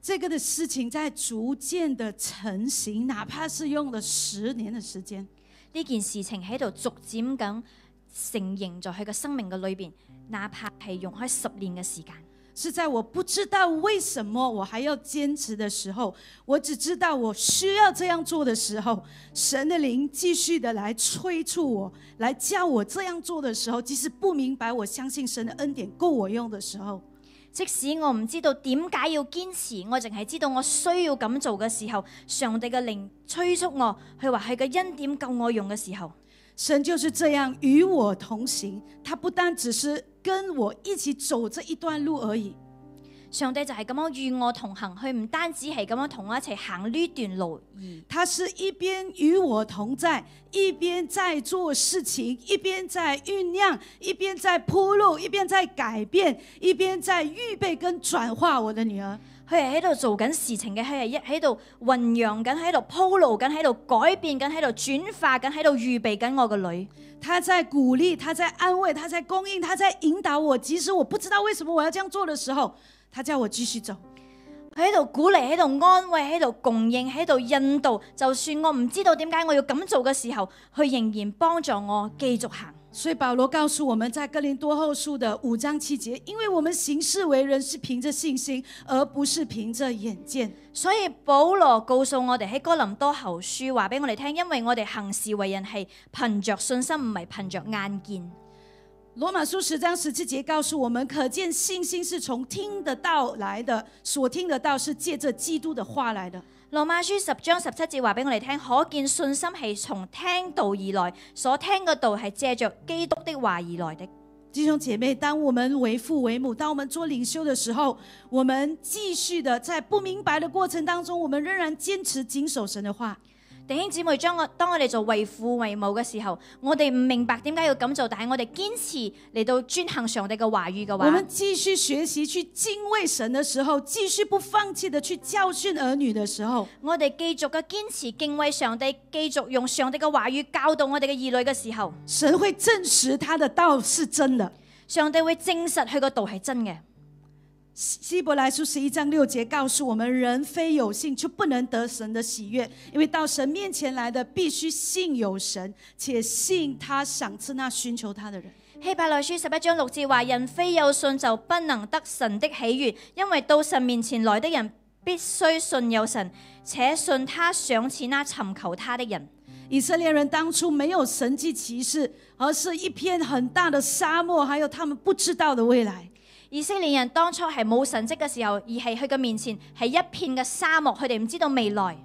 Speaker 1: 这个的事情在逐渐的成型，哪怕是用了十年的时间。
Speaker 2: 呢件事情喺度逐漸咁成形在佢嘅生命嘅裏邊，哪怕係用開十年嘅時間。
Speaker 1: 是在我不知道为什么我还要坚持的时候，我只知道我需要这样做的时候，神的灵继续的来催促我，来叫我这样做的时候，即使不明白，我相信神的恩典够我用的时候，
Speaker 2: 即使我唔知道點解要堅持，我淨係知道我需要咁做嘅時候，上帝嘅靈催促我，佢話佢嘅恩典夠我用嘅時候，
Speaker 1: 神就是这样与我同行。他不单只是跟我一起走这一段路而已，
Speaker 2: 上帝就係咁樣與我同行，佢唔單止係咁樣同我一齊行呢段路，
Speaker 1: 他是一边与我同在，一边在做事情，一边在酝酿，一边在铺路，一边在改变，一边在预备跟转化我的女儿。
Speaker 2: 佢係喺度做緊事情嘅，佢係一喺度醖釀緊，喺度鋪路緊，喺度改變緊，喺度轉化緊，喺度預備緊我個女。
Speaker 1: 他在鼓励，他在安慰，他在供应，他在引导我。即使我不知道为什么我要这样做的时候，他叫我继续走。
Speaker 2: 佢喺度鼓勵，喺度安慰，喺度共應，喺度引導。就算我唔知道點解我要咁做嘅時候，佢仍然幫助我繼續行。
Speaker 1: 所以保罗告诉我们在哥林多后书的五章七节，因为我们行事为人是凭着信心，而不是凭着眼见。
Speaker 2: 所以保羅告訴我哋喺哥林多後書話俾我哋聽，因為我哋行事為人係憑着信心，唔係憑着眼見。
Speaker 1: 罗马书十章十七节告诉我们，可见信心是从听得到来的，所听得到是借着基督的话来的。
Speaker 2: 羅馬書十章十七節話俾我哋聽，可見信心係從聽道而來，所聽嘅道係借着基督的話而來的。
Speaker 1: 弟兄姐妹，当我们为父为母，当我们做领袖的时候，我们继续的在不明白的过程当中，我们仍然坚持谨守神的话。
Speaker 2: 弟兄姊妹，將我當我哋做為父為母嘅時候，我哋唔明白點解要咁做，但係我哋堅持嚟到遵行上帝嘅話語嘅
Speaker 1: 我
Speaker 2: 話
Speaker 1: 们，继续学习去敬畏神的时候，继续不放弃的去教训儿女的时候，
Speaker 2: 我哋繼續嘅堅持敬畏上帝，繼續用上帝嘅話語教導我哋嘅兒女嘅時候，
Speaker 1: 神会证实他的道是真的。
Speaker 2: 上帝會證實佢個道係真嘅。
Speaker 1: 希伯来书十一章六节告诉我们：人非有信，就不能得神的喜悦，因为到神面前来的，必须信有神，且信他赏赐那寻求他的人。
Speaker 2: 希伯來書十一章六節話：人非有信就不能得神的喜悦，因為到神面前來的人必須信有神，且信他賞賜那尋求他的人。
Speaker 1: 以色列人当初没有神迹奇事，而是一片很大的沙漠，还有他们不知道的未来。
Speaker 2: 以色列人當初係冇神跡嘅時候，而係佢嘅面前係一片嘅沙漠，佢哋唔知道未來。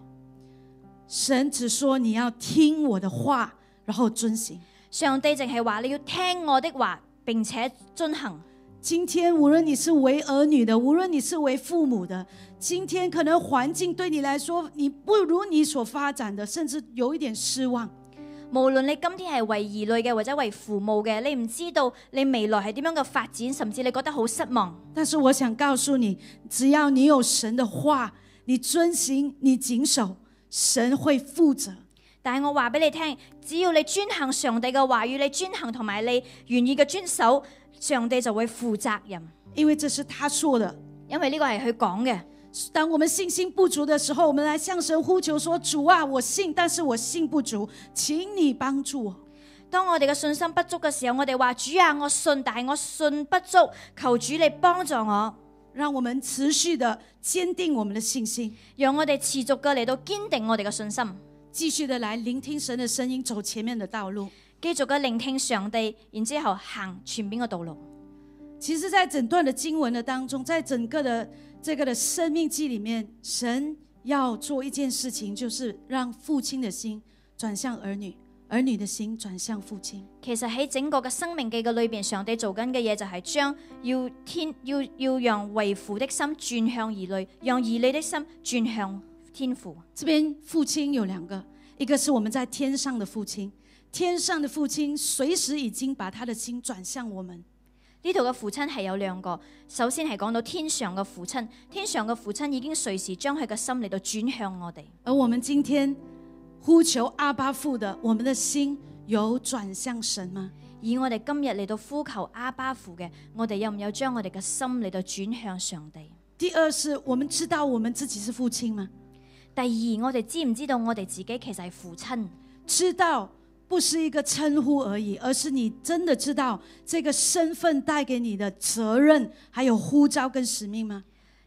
Speaker 1: 神只说你要听我的话，然后遵行。
Speaker 2: 上帝淨係話你要聽我的話，並且遵行。
Speaker 1: 今天，无论你是为儿女的，无论你是为父母的，今天可能环境对你来说，你不如你所发展的，甚至有一点失望。
Speaker 2: 無論你今天係為兒女嘅，或者為父母嘅，你唔知道你未來係點樣嘅發展，甚至你覺得好失望。
Speaker 1: 但是我想告诉你，只要你有神的话，你遵行，你谨守，神会负责。
Speaker 2: 但係我話俾你聽，只要你遵行上帝嘅話語，你遵行同埋你願意嘅遵守，上帝就會負責任，
Speaker 1: 因为这是他说的，
Speaker 2: 因為呢個係佢講嘅。
Speaker 1: 当我们信心不足的时候，我们来向神呼求说：“主啊，我信，但是我信不足，请你帮助我。
Speaker 2: 當我哋嘅信心不足嘅時候，我哋話主啊，我信，但係我信不足，求主你幫助我，”
Speaker 1: 让我们持续的坚定我们的信心，
Speaker 2: 讓我哋持續嘅嚟到堅定我哋嘅信心，
Speaker 1: 继续的来聆听神的声音，走前面的道路。
Speaker 2: 繼續嘅聆聽上帝，然之後行前面嘅道路。
Speaker 1: 其实，在整段的经文的当中，在整个的这个的生命记里面，神要做一件事情，就是让父亲的心转向儿女，儿女的心转向父亲。
Speaker 2: 其實喺整個嘅生命記嘅裏邊，上帝做緊嘅嘢就係將要天要要讓為父的心轉向兒女，讓兒女的心轉向天父。
Speaker 1: 这边父亲有两个，一个是我们在天上的父亲，天上的父亲随时已经把他的心转向我们，
Speaker 2: 呢度嘅父親係有兩個，首先係講到天上嘅父親，天上嘅父親已經隨時將佢嘅心嚟到轉向我哋。
Speaker 1: 而我们今天呼求阿巴父的，我们的心有转向神吗？
Speaker 2: 以我哋今日嚟到呼求阿巴父嘅，我哋有唔有將我哋嘅心嚟到轉向上帝？
Speaker 1: 第二是我们知道我们自己是父亲吗？
Speaker 2: 第二，我哋知唔知道我哋自己其實係父親？
Speaker 1: 知道不是一个称呼而已，而是你真的知道这个身份带给你的责任，还有呼召跟使命吗？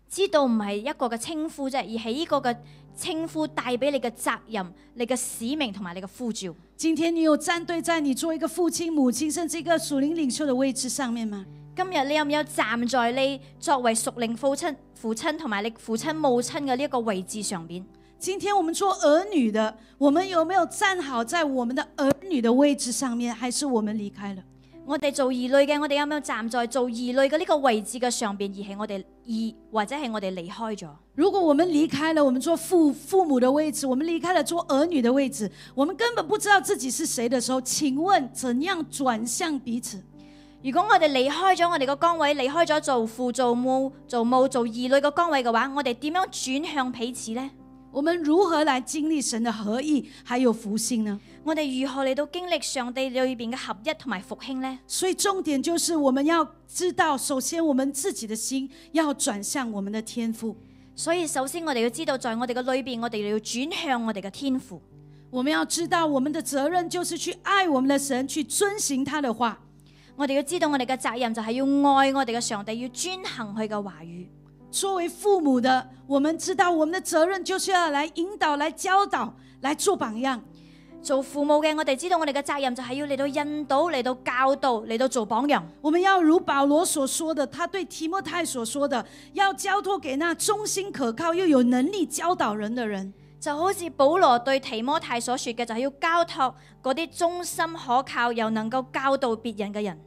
Speaker 2: 知道唔係一個嘅稱呼啫，而係呢個嘅稱呼帶俾你嘅責任、你嘅使命同埋你嘅呼召。
Speaker 1: 今天你有站队在你做一个父亲、母亲，甚至一个属灵领袖的位置上面吗？
Speaker 2: 今日你有唔有站在你作為屬靈父親、父親同埋你父親母親嘅呢一個位置上邊？
Speaker 1: 今天我们做儿女的，我们有没有站好在我们的儿女的位置上面，还是我们离开了？
Speaker 2: 我哋做兒女嘅，我哋有冇站在做兒女嘅呢個位置嘅上邊，而係我哋兒或者係我哋離開咗？
Speaker 1: 如果我们离开了我们做父父母的位置，我们离开了做儿女的位置，我们根本不知道自己是谁的时候，请问怎样转向彼此？
Speaker 2: 如果我哋離開咗我哋個崗位，離開咗做父、做母、做母、做兒女嘅崗位嘅話，我哋點樣轉向彼此呢？
Speaker 1: 我们如何来经历神的合意还有福星呢？
Speaker 2: 我哋如何嚟到經歷上帝裏邊嘅合一同埋復興呢？
Speaker 1: 所以重点就是我们要知道，首先我们自己的心要转向我们的天赋，
Speaker 2: 所以首先我哋要知道，在我哋嘅裏邊，我哋要轉向我哋嘅天父。
Speaker 1: 我们要知道我们的责任就是去爱我们的神，去遵行他的话。
Speaker 2: 我哋要知道我哋嘅責任就係要愛我哋嘅上帝，要專行佢嘅話語。
Speaker 1: 作为父母的，我们知道我们的责任就是要来引导、来教导、来做榜样。
Speaker 2: 做父母嘅，我哋知道我哋嘅責任就係要嚟到引導、嚟到教導、嚟到做榜樣。
Speaker 1: 我们要如保罗所说的，他对提莫泰所说的，要交托给那忠心可靠又有能力教导人的人。
Speaker 2: 就好似保羅對提摩太所說嘅，就係要交託嗰啲忠心可靠又能夠教導別人嘅人。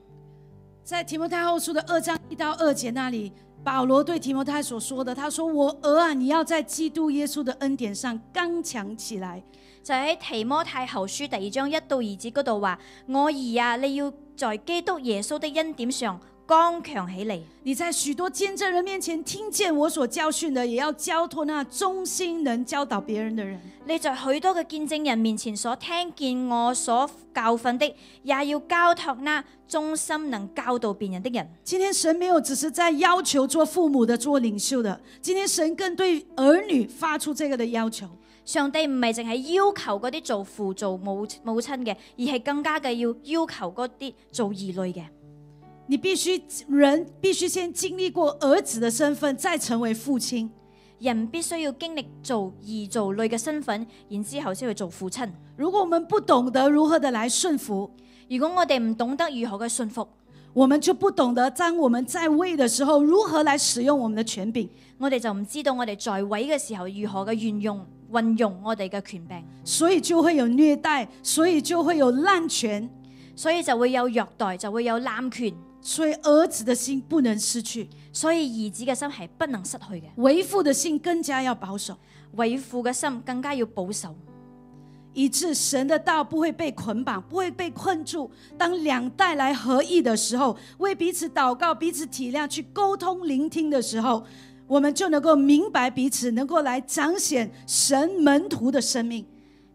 Speaker 1: 在提摩太后书的二章一到二节那里，保罗对提摩太所说的，他说：“我儿啊，你要在基督耶稣的恩典上刚强起来，
Speaker 2: 就喺提摩太後書第二章一到二節嗰度話：我兒啊，你要在基督耶穌的恩典上剛強起嚟。
Speaker 1: 你在许多见证人面前听见我所教训的，也要交托那忠心能教导别人的人。
Speaker 2: 你在許多嘅見證人面前所聽見我所教訓的，也要交託那忠心能教導別人的人。”
Speaker 1: 今天神没有只是在要求做父母的、做领袖的，今天神更对儿女发出这个的要求。
Speaker 2: 上帝唔係淨係要求嗰啲做父做母母親嘅，而係更加嘅要要求嗰啲做兒女嘅。
Speaker 1: 你必须人必须先经历过儿子的身份，再成为父亲。
Speaker 2: 人必須要經歷做兒做女嘅身份，然之後先去做父親。
Speaker 1: 如果我们不懂得如何的来顺服，
Speaker 2: 如果我哋唔懂得如何嘅信服，
Speaker 1: 我们就不懂得当我们在位的时候如何来使用我们的权柄。
Speaker 2: 我哋就唔知道我哋在位嘅時候如何嘅運用運用我哋嘅權柄，
Speaker 1: 所以就会有虐待，所以就会有滥权，
Speaker 2: 所以就會有虐待，就會有濫權。
Speaker 1: 所以儿子的心不能失去，
Speaker 2: 所以兒子嘅心係不能失去嘅，
Speaker 1: 为父的心更加要保守，
Speaker 2: 為父嘅心更加要保守。
Speaker 1: 以致神的道不会被捆绑，不会被困住。当两代来合意的时候，为彼此祷告、彼此体谅、去沟通、聆听的时候，我们就能够明白彼此，能够来彰显神门徒的生命。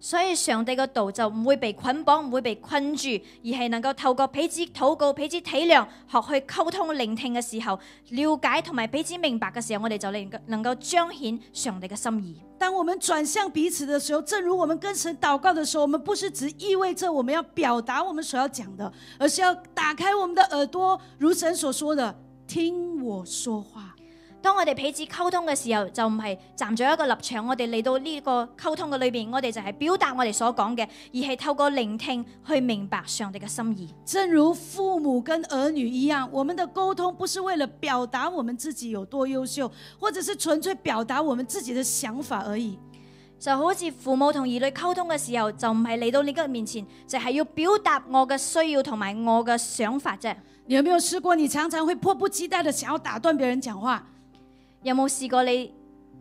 Speaker 2: 所以上帝嘅道就唔會被捆綁，唔會被困住，而係能夠透過彼此禱告、彼此體諒、學去溝通、聆聽嘅時候，了解同埋彼此明白嘅時候，我哋就能夠能夠彰顯上帝嘅心意。
Speaker 1: 当我们转向彼此的时候，正如我们跟神祷告的时候，我们不是只意味着我们要表达我们所要讲的，而是要打开我们的耳朵，如神所说的，听我说话。
Speaker 2: 當我哋彼此溝通嘅時候，就唔係站咗一個立場，我哋嚟到呢個溝通嘅裏邊，我哋就係表達我哋所講嘅，而係透過聆聽去明白上帝嘅心意。
Speaker 1: 正如父母跟儿女一样，我们的沟通不是为了表达我们自己有多优秀，或者是纯粹表达我们自己的想法而已。
Speaker 2: 就好似父母同兒女溝通嘅時候，就唔係嚟到你嘅面前，就係、要表達我嘅需要同埋我嘅想法啫。
Speaker 1: 你有没有试过？你常常会迫不及待的想要打断别人讲话，
Speaker 2: 有冇試過你誒、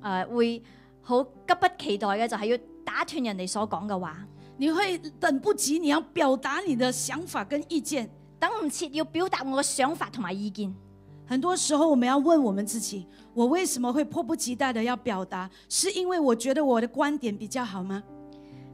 Speaker 2: 呃、會好急不及待嘅，就係要打斷人哋所講嘅話，
Speaker 1: 你会等不及你要表达你的想法跟意见。
Speaker 2: 等唔切要表達我嘅想法同埋意見。
Speaker 1: 很多时候，我们要问我们自己：我为什么会迫不及待的要表达？是因为我觉得我的观点比较好吗？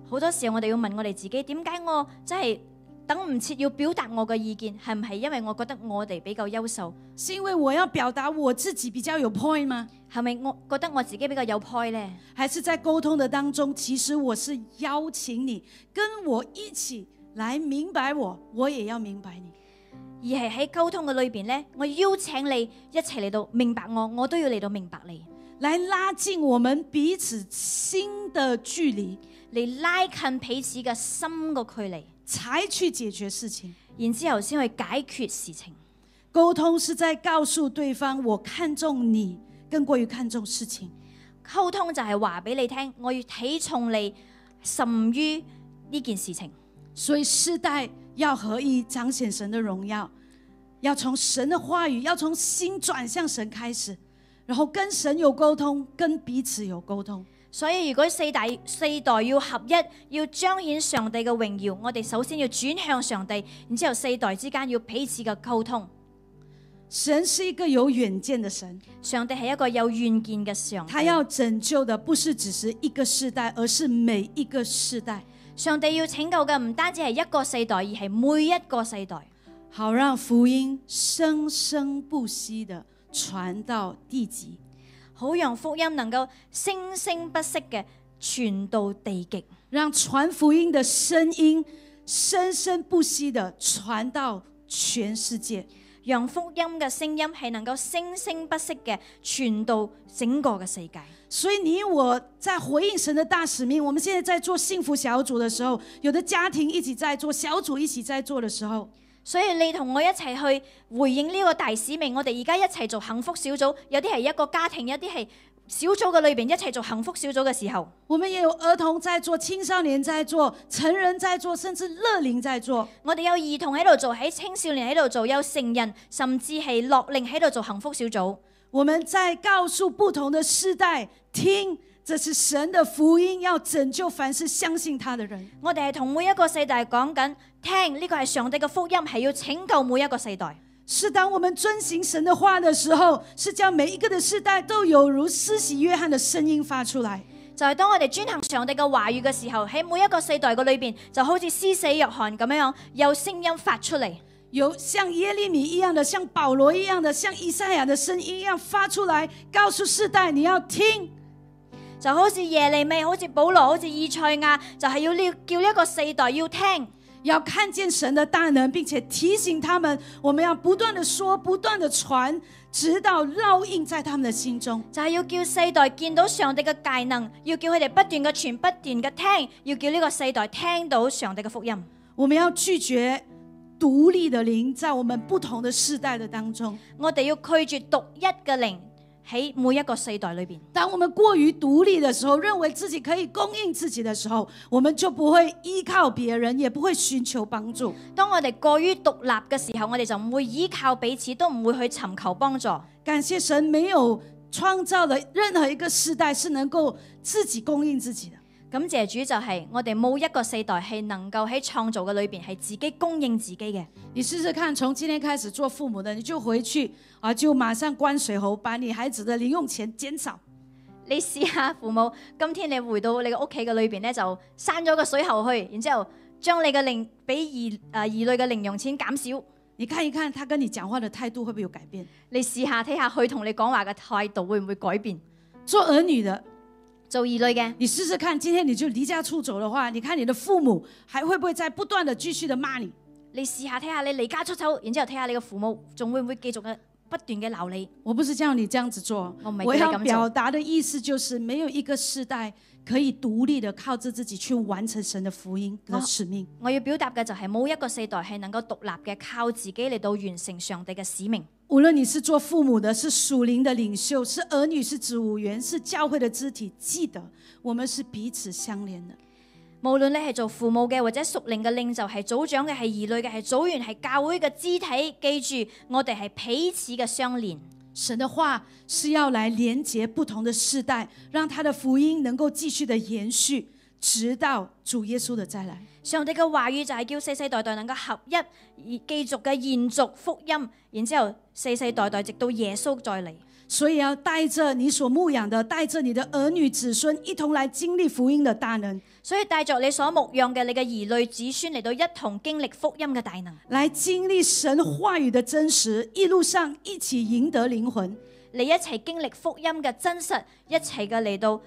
Speaker 2: 好多時候我哋要問我哋自己，點解我真係等唔切要表達我嘅意見，係唔係因為我覺得我哋比較優秀，
Speaker 1: 是因为我要表达我自己比较有 point 吗？
Speaker 2: 係咪我覺得我自己比較有 point 呢？
Speaker 1: 还是在沟通的当中，其实我是邀请你跟我一起来明白我，我也要明白你。
Speaker 2: 而係喺溝通嘅裏邊呢，我邀請你一齊嚟到明白我，我都要嚟到明白你，
Speaker 1: 来拉近我们彼此心的距离，
Speaker 2: 嚟拉近彼此嘅心個距離，
Speaker 1: 才去解决事情。
Speaker 2: 然之後先去解決事情。
Speaker 1: 沟通是在告诉对方，我看重你，更过于看重事情。
Speaker 2: 溝通就係話俾你聽，我要睇重你，甚於呢件事情。
Speaker 1: 所以世代要合一，彰显神的荣耀，要从神的话语，要从心转向神开始，然后跟神有沟通，跟彼此有沟通。
Speaker 2: 所以如果四大四代要合一，要彰顯上帝嘅榮耀，我哋首先要轉向上帝，然之後四代之間要彼此嘅溝通。
Speaker 1: 神是一个有远见的神，
Speaker 2: 上帝係一個有遠見嘅上
Speaker 1: 他
Speaker 2: 帝，
Speaker 1: 要拯救的不是只是一个世代，而是每一个世代，
Speaker 2: 上帝要拯救嘅唔單止係一個世代，而係每一個世代，
Speaker 1: 好让福音生生不息的传到地极。
Speaker 2: 好讓福音能夠聲聲不息嘅傳到地極，
Speaker 1: 让传福音的声音生生不息地传到全世界。
Speaker 2: 讓福音嘅聲音係能夠聲聲不息嘅傳到整個嘅世界。
Speaker 1: 所以你我在回应神的大使命，我们现在在做幸福小组的时候，有的家庭一起在做，小组一起在做的时候，
Speaker 2: 所以你同我一齊去回應呢個大使命，我哋而家一齊做幸福小組，有啲係一個家庭，有啲係小組嘅裏邊一齊做幸福小組嘅時候，
Speaker 1: 我们也有儿童在做，青少年在做，成人在做，甚至乐龄在做。
Speaker 2: 我哋有兒童喺度做，喺青少年喺度做，有成人甚至係落令喺度做幸福小組。
Speaker 1: 我们在告诉不同的世代，听，这是神的福音，要拯救凡是相信他的人。
Speaker 2: 我哋係同每一個世代講緊，聽呢個係上帝嘅福音，係要拯救每一個世代。
Speaker 1: 是当我们遵行神的话的时候，是叫每一个的世代都有如施洗约翰的声音发出来。
Speaker 2: 就係當我哋專行上帝嘅話語嘅時候，喺每一個世代嘅裏邊，就好似施死約翰咁樣樣，有聲音發出嚟。
Speaker 1: 有像耶利米一样的，像保罗一样的，像以赛亚的声音一样发出来，告诉世代你要听。
Speaker 2: 就好似耶利米，好似保羅，好似以賽亞，就係、要呢叫一個世代要聽，
Speaker 1: 要看见神的大能，并且提醒他们，我们要不断的说，不断的传，直到烙印在他们的心中。
Speaker 2: 就係、要叫世代見到上帝嘅大能，要叫佢哋不斷嘅傳，不斷嘅聽，要叫呢個世代聽到上帝嘅福音。
Speaker 1: 我们要拒绝独立的灵在我们不同的世代的当中。
Speaker 2: 我哋要拒絕獨一嘅靈喺每一個世代裏邊。
Speaker 1: 当我们过于独立的时候，认为自己可以供应自己的时候，我们就不会依靠别人，也不会寻求帮助。
Speaker 2: 當我哋過於獨立嘅時候，我哋就唔會依靠彼此，都唔會去尋求幫助。
Speaker 1: 感谢神，没有创造了任何一个世代是能够自己供应自己的。
Speaker 2: 感謝主就係我哋冇一個世代係能夠喺創造嘅裏邊係自己供應自己嘅。
Speaker 1: 你试试看，从今天开始做父母的，你就回去啊，就马上关水喉，把你孩子的零用钱减少。
Speaker 2: 誒、你試下父母，今天你回到你嘅屋企嘅裏邊咧，就閂咗個水喉去，然之後將你嘅零俾兒呃誒兒女嘅零用錢減少。
Speaker 1: 你看一看他跟你讲话的态度会不会有改变？
Speaker 2: 你試下睇下佢同你講話嘅態度會唔會改變？
Speaker 1: 做儿女的，
Speaker 2: 做兒女嘅，
Speaker 1: 你试试看，今天你就离家出走的话，你看你的父母还会不会在不断的继续的骂你？
Speaker 2: 你試下睇下你離家出走，然之後睇下你嘅父母仲會唔會繼續嘅不斷嘅鬧你？
Speaker 1: 我不是叫你这样子做，
Speaker 2: 我没
Speaker 1: 我
Speaker 2: 跟你
Speaker 1: 要
Speaker 2: 这么做
Speaker 1: 表达的意思就是，没有一个世代可以独立的靠着自己去完成神的福音和
Speaker 2: 啊
Speaker 1: 使命。
Speaker 2: 我要表達嘅就係冇一個世代係能夠獨立嘅，靠自己嚟到完成上帝嘅使命。
Speaker 1: 无论你是做父母的，是属灵的领袖，是儿女，是职务员，是教会的肢体，记得我们是彼此相连的。
Speaker 2: 無論你係做父母嘅，或者屬靈嘅領袖，係組長嘅，係兒女嘅，係組員，係教會嘅肢體，記住我哋係彼此嘅相連。
Speaker 1: 神的话是要来连接不同的世代，让他的福音能够继续的延续，直到主耶稣的再来。
Speaker 2: 上帝嘅話語就係叫世世代代能夠合一，而繼續嘅延續福音，然之後世世代代直到耶穌再嚟。
Speaker 1: 所以要带着你所牧养的，带着你的儿女子孙，一同来经历福音的大能，
Speaker 2: 所以帶着你所牧養嘅你嘅兒女子孫嚟到一同經歷福音嘅大能，
Speaker 1: 来经历神话语的真实，一路上一起赢得灵魂。
Speaker 2: 你一齊經歷福音嘅真實，一齊嘅嚟到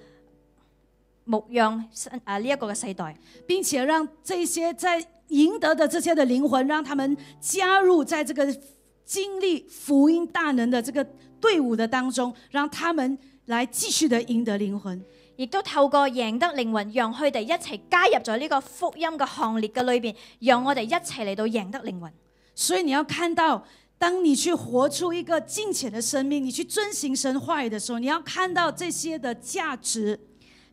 Speaker 2: 牧養新啊呢一個嘅世代。
Speaker 1: 并且让这些在赢得的这些的灵魂，让他们加入在这个经历福音大能的这个队伍的当中，让他们来继续的赢得灵魂。
Speaker 2: 亦都透過贏得靈魂，讓佢哋一齊加入咗呢個福音嘅行列嘅裏邊，讓我哋一齊嚟到贏得靈魂。
Speaker 1: 所以你要看到，当你去活出一个敬虔的生命，你去遵行神话语的时候，你要看到这些的价值。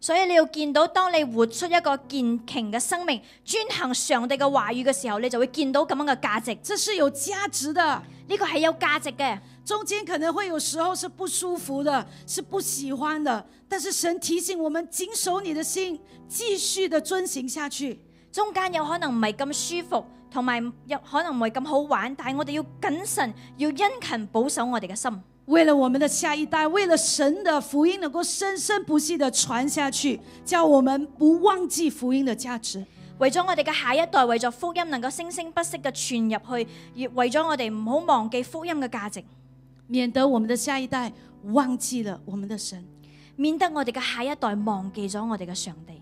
Speaker 2: 所以你要見到，當你活出一個健強嘅生命，專行上帝嘅話語嘅時候，你就會見到咁樣嘅價值。
Speaker 1: 这是有价值的，
Speaker 2: 呢個係有價值嘅。
Speaker 1: 中间可能会有时候是不舒服的，是不喜欢的，但是神提醒我们谨守你的心，继续的遵行下去。
Speaker 2: 中間有可能唔係咁舒服，同埋有可能唔係咁好玩，但係我哋要謹慎，要殷勤保守我哋嘅心。
Speaker 1: 为了我们的下一代，为了神的福音能够生生不息的传下去，叫我们不忘记福音的价值。
Speaker 2: 為咗我哋嘅下一代，為咗福音能夠生生不息嘅傳入去，而為咗我哋唔好忘記福音嘅價值。
Speaker 1: 免得我们的下一代忘记了我们的神。
Speaker 2: 免得我哋嘅下一代忘記咗我哋嘅上帝。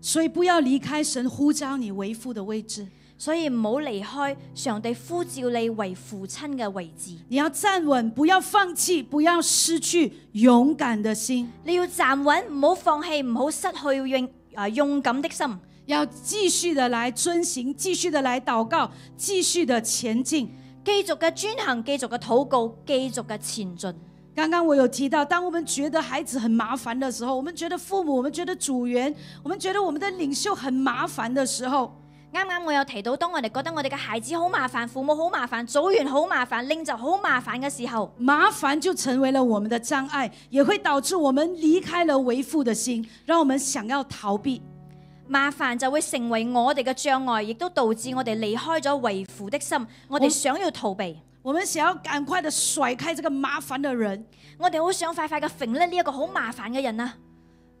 Speaker 1: 所以不要离开神呼召你为父的位置，
Speaker 2: 所以唔好離開上帝呼召你為父親嘅位置，
Speaker 1: 你要站稳，不要放弃，不要失去勇敢的心，
Speaker 2: 你要站穩，唔好放棄，唔好失去勇啊勇敢的心，
Speaker 1: 要继续的来遵行，继续的来祷告，继续的前进。
Speaker 2: 繼續嘅專行，繼續嘅禱告，繼續嘅前進。
Speaker 1: 刚刚我有提到，当我们觉得孩子很麻烦的时候，我们觉得父母，我们觉得组员，我们觉得我们的领袖很麻烦的时候，
Speaker 2: 啱啱我有提到，當我哋覺得我哋嘅孩子好麻煩，父母好麻煩，組員好麻煩，領袖好麻煩嘅時候，
Speaker 1: 麻烦就成为了我们的障碍，也会导致我们离开了为父的心，让我们想要逃避。
Speaker 2: 麻煩就會成為我哋嘅障礙，亦都導致我哋離開咗為父的心，我哋
Speaker 1: 我
Speaker 2: 想要逃避。
Speaker 1: 我们想要赶快的甩开这个麻烦的人。
Speaker 2: 我哋好想快快嘅揈甩呢一個好麻煩嘅人啊！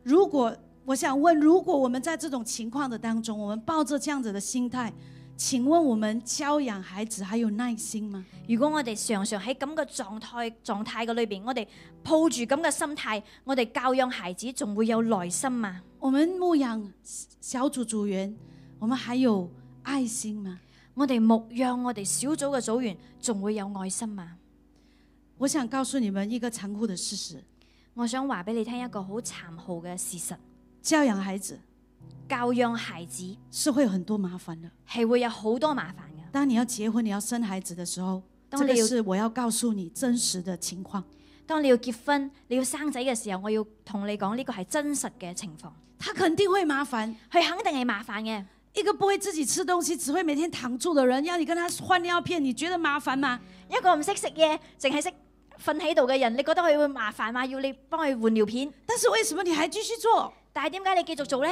Speaker 1: 如果我想问，如果我们在这种情况的当中，我们抱着这样子的心态，请问我们教养孩子还有耐心吗？
Speaker 2: 如果我哋常常喺咁嘅狀態狀態嘅裏邊，我哋抱住咁嘅心態，我哋教養孩子仲會有耐心嘛？
Speaker 1: 我们牧养小组组员，我们还有爱心吗？
Speaker 2: 我哋牧養我哋小組嘅組員，仲會有愛心嘛？
Speaker 1: 我想告诉你们一个残酷的事实：
Speaker 2: 我想話俾你聽一個好殘酷嘅事實：
Speaker 1: 教养孩子
Speaker 2: 教養孩子
Speaker 1: 是会有很多麻烦的。
Speaker 2: 係會有好多麻煩嘅。
Speaker 1: 当你要结婚、你要生孩子的时候，
Speaker 2: 当
Speaker 1: 这个
Speaker 2: 你有
Speaker 1: 是我要告诉你真实的情况。
Speaker 2: 當你要結婚、你要生仔嘅時候，我要同你講呢個係真實嘅情況，
Speaker 1: 他肯定会麻烦。
Speaker 2: 佢肯定係麻煩嘅。
Speaker 1: 一个不会自己吃东西，只会每天躺住的人，要你跟他换尿片，你觉得麻烦吗？
Speaker 2: 一個唔識食嘢，淨係識瞓喺度嘅人，你覺得佢會麻煩嘛？要你幫佢換尿片，
Speaker 1: 但是为什么你还继续做？
Speaker 2: 但係點解你繼續做呢？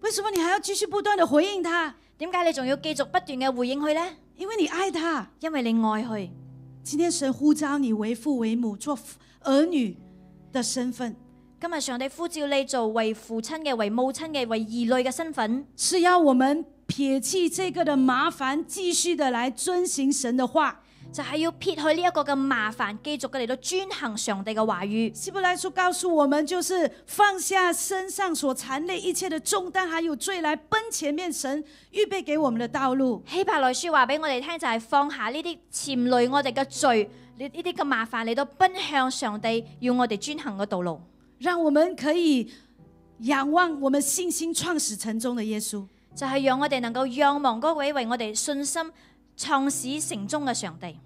Speaker 1: 为什么你还要继续不断的回应他？
Speaker 2: 點解你仲要繼續不斷嘅回應佢呢？
Speaker 1: 因为你爱他。
Speaker 2: 因為你愛佢。
Speaker 1: 今天神呼召你为父为母，做父儿女的身份，
Speaker 2: 今日上帝呼召你做為父親嘅、為母親嘅、為兒女嘅身份，
Speaker 1: 是要我们撇弃这个的麻烦，继续的来遵行神的话。
Speaker 2: 就係、要撇去呢一個嘅麻煩，繼續嘅嚟到專行上帝嘅話語。
Speaker 1: 希伯来书告诉我们，就是放下身上所缠累一切的重担，还有罪，来奔前面神预备给我们的道路。
Speaker 2: 希伯來書話俾我哋聽，就係放下呢啲潛累我哋嘅罪，呢呢啲嘅麻煩嚟到奔向上帝，要我哋專行嘅道路。
Speaker 1: 让我们可以仰望我们信心创始成中的耶稣，
Speaker 2: 就係讓我哋能夠仰望嗰位為我哋信心創始成終嘅上帝。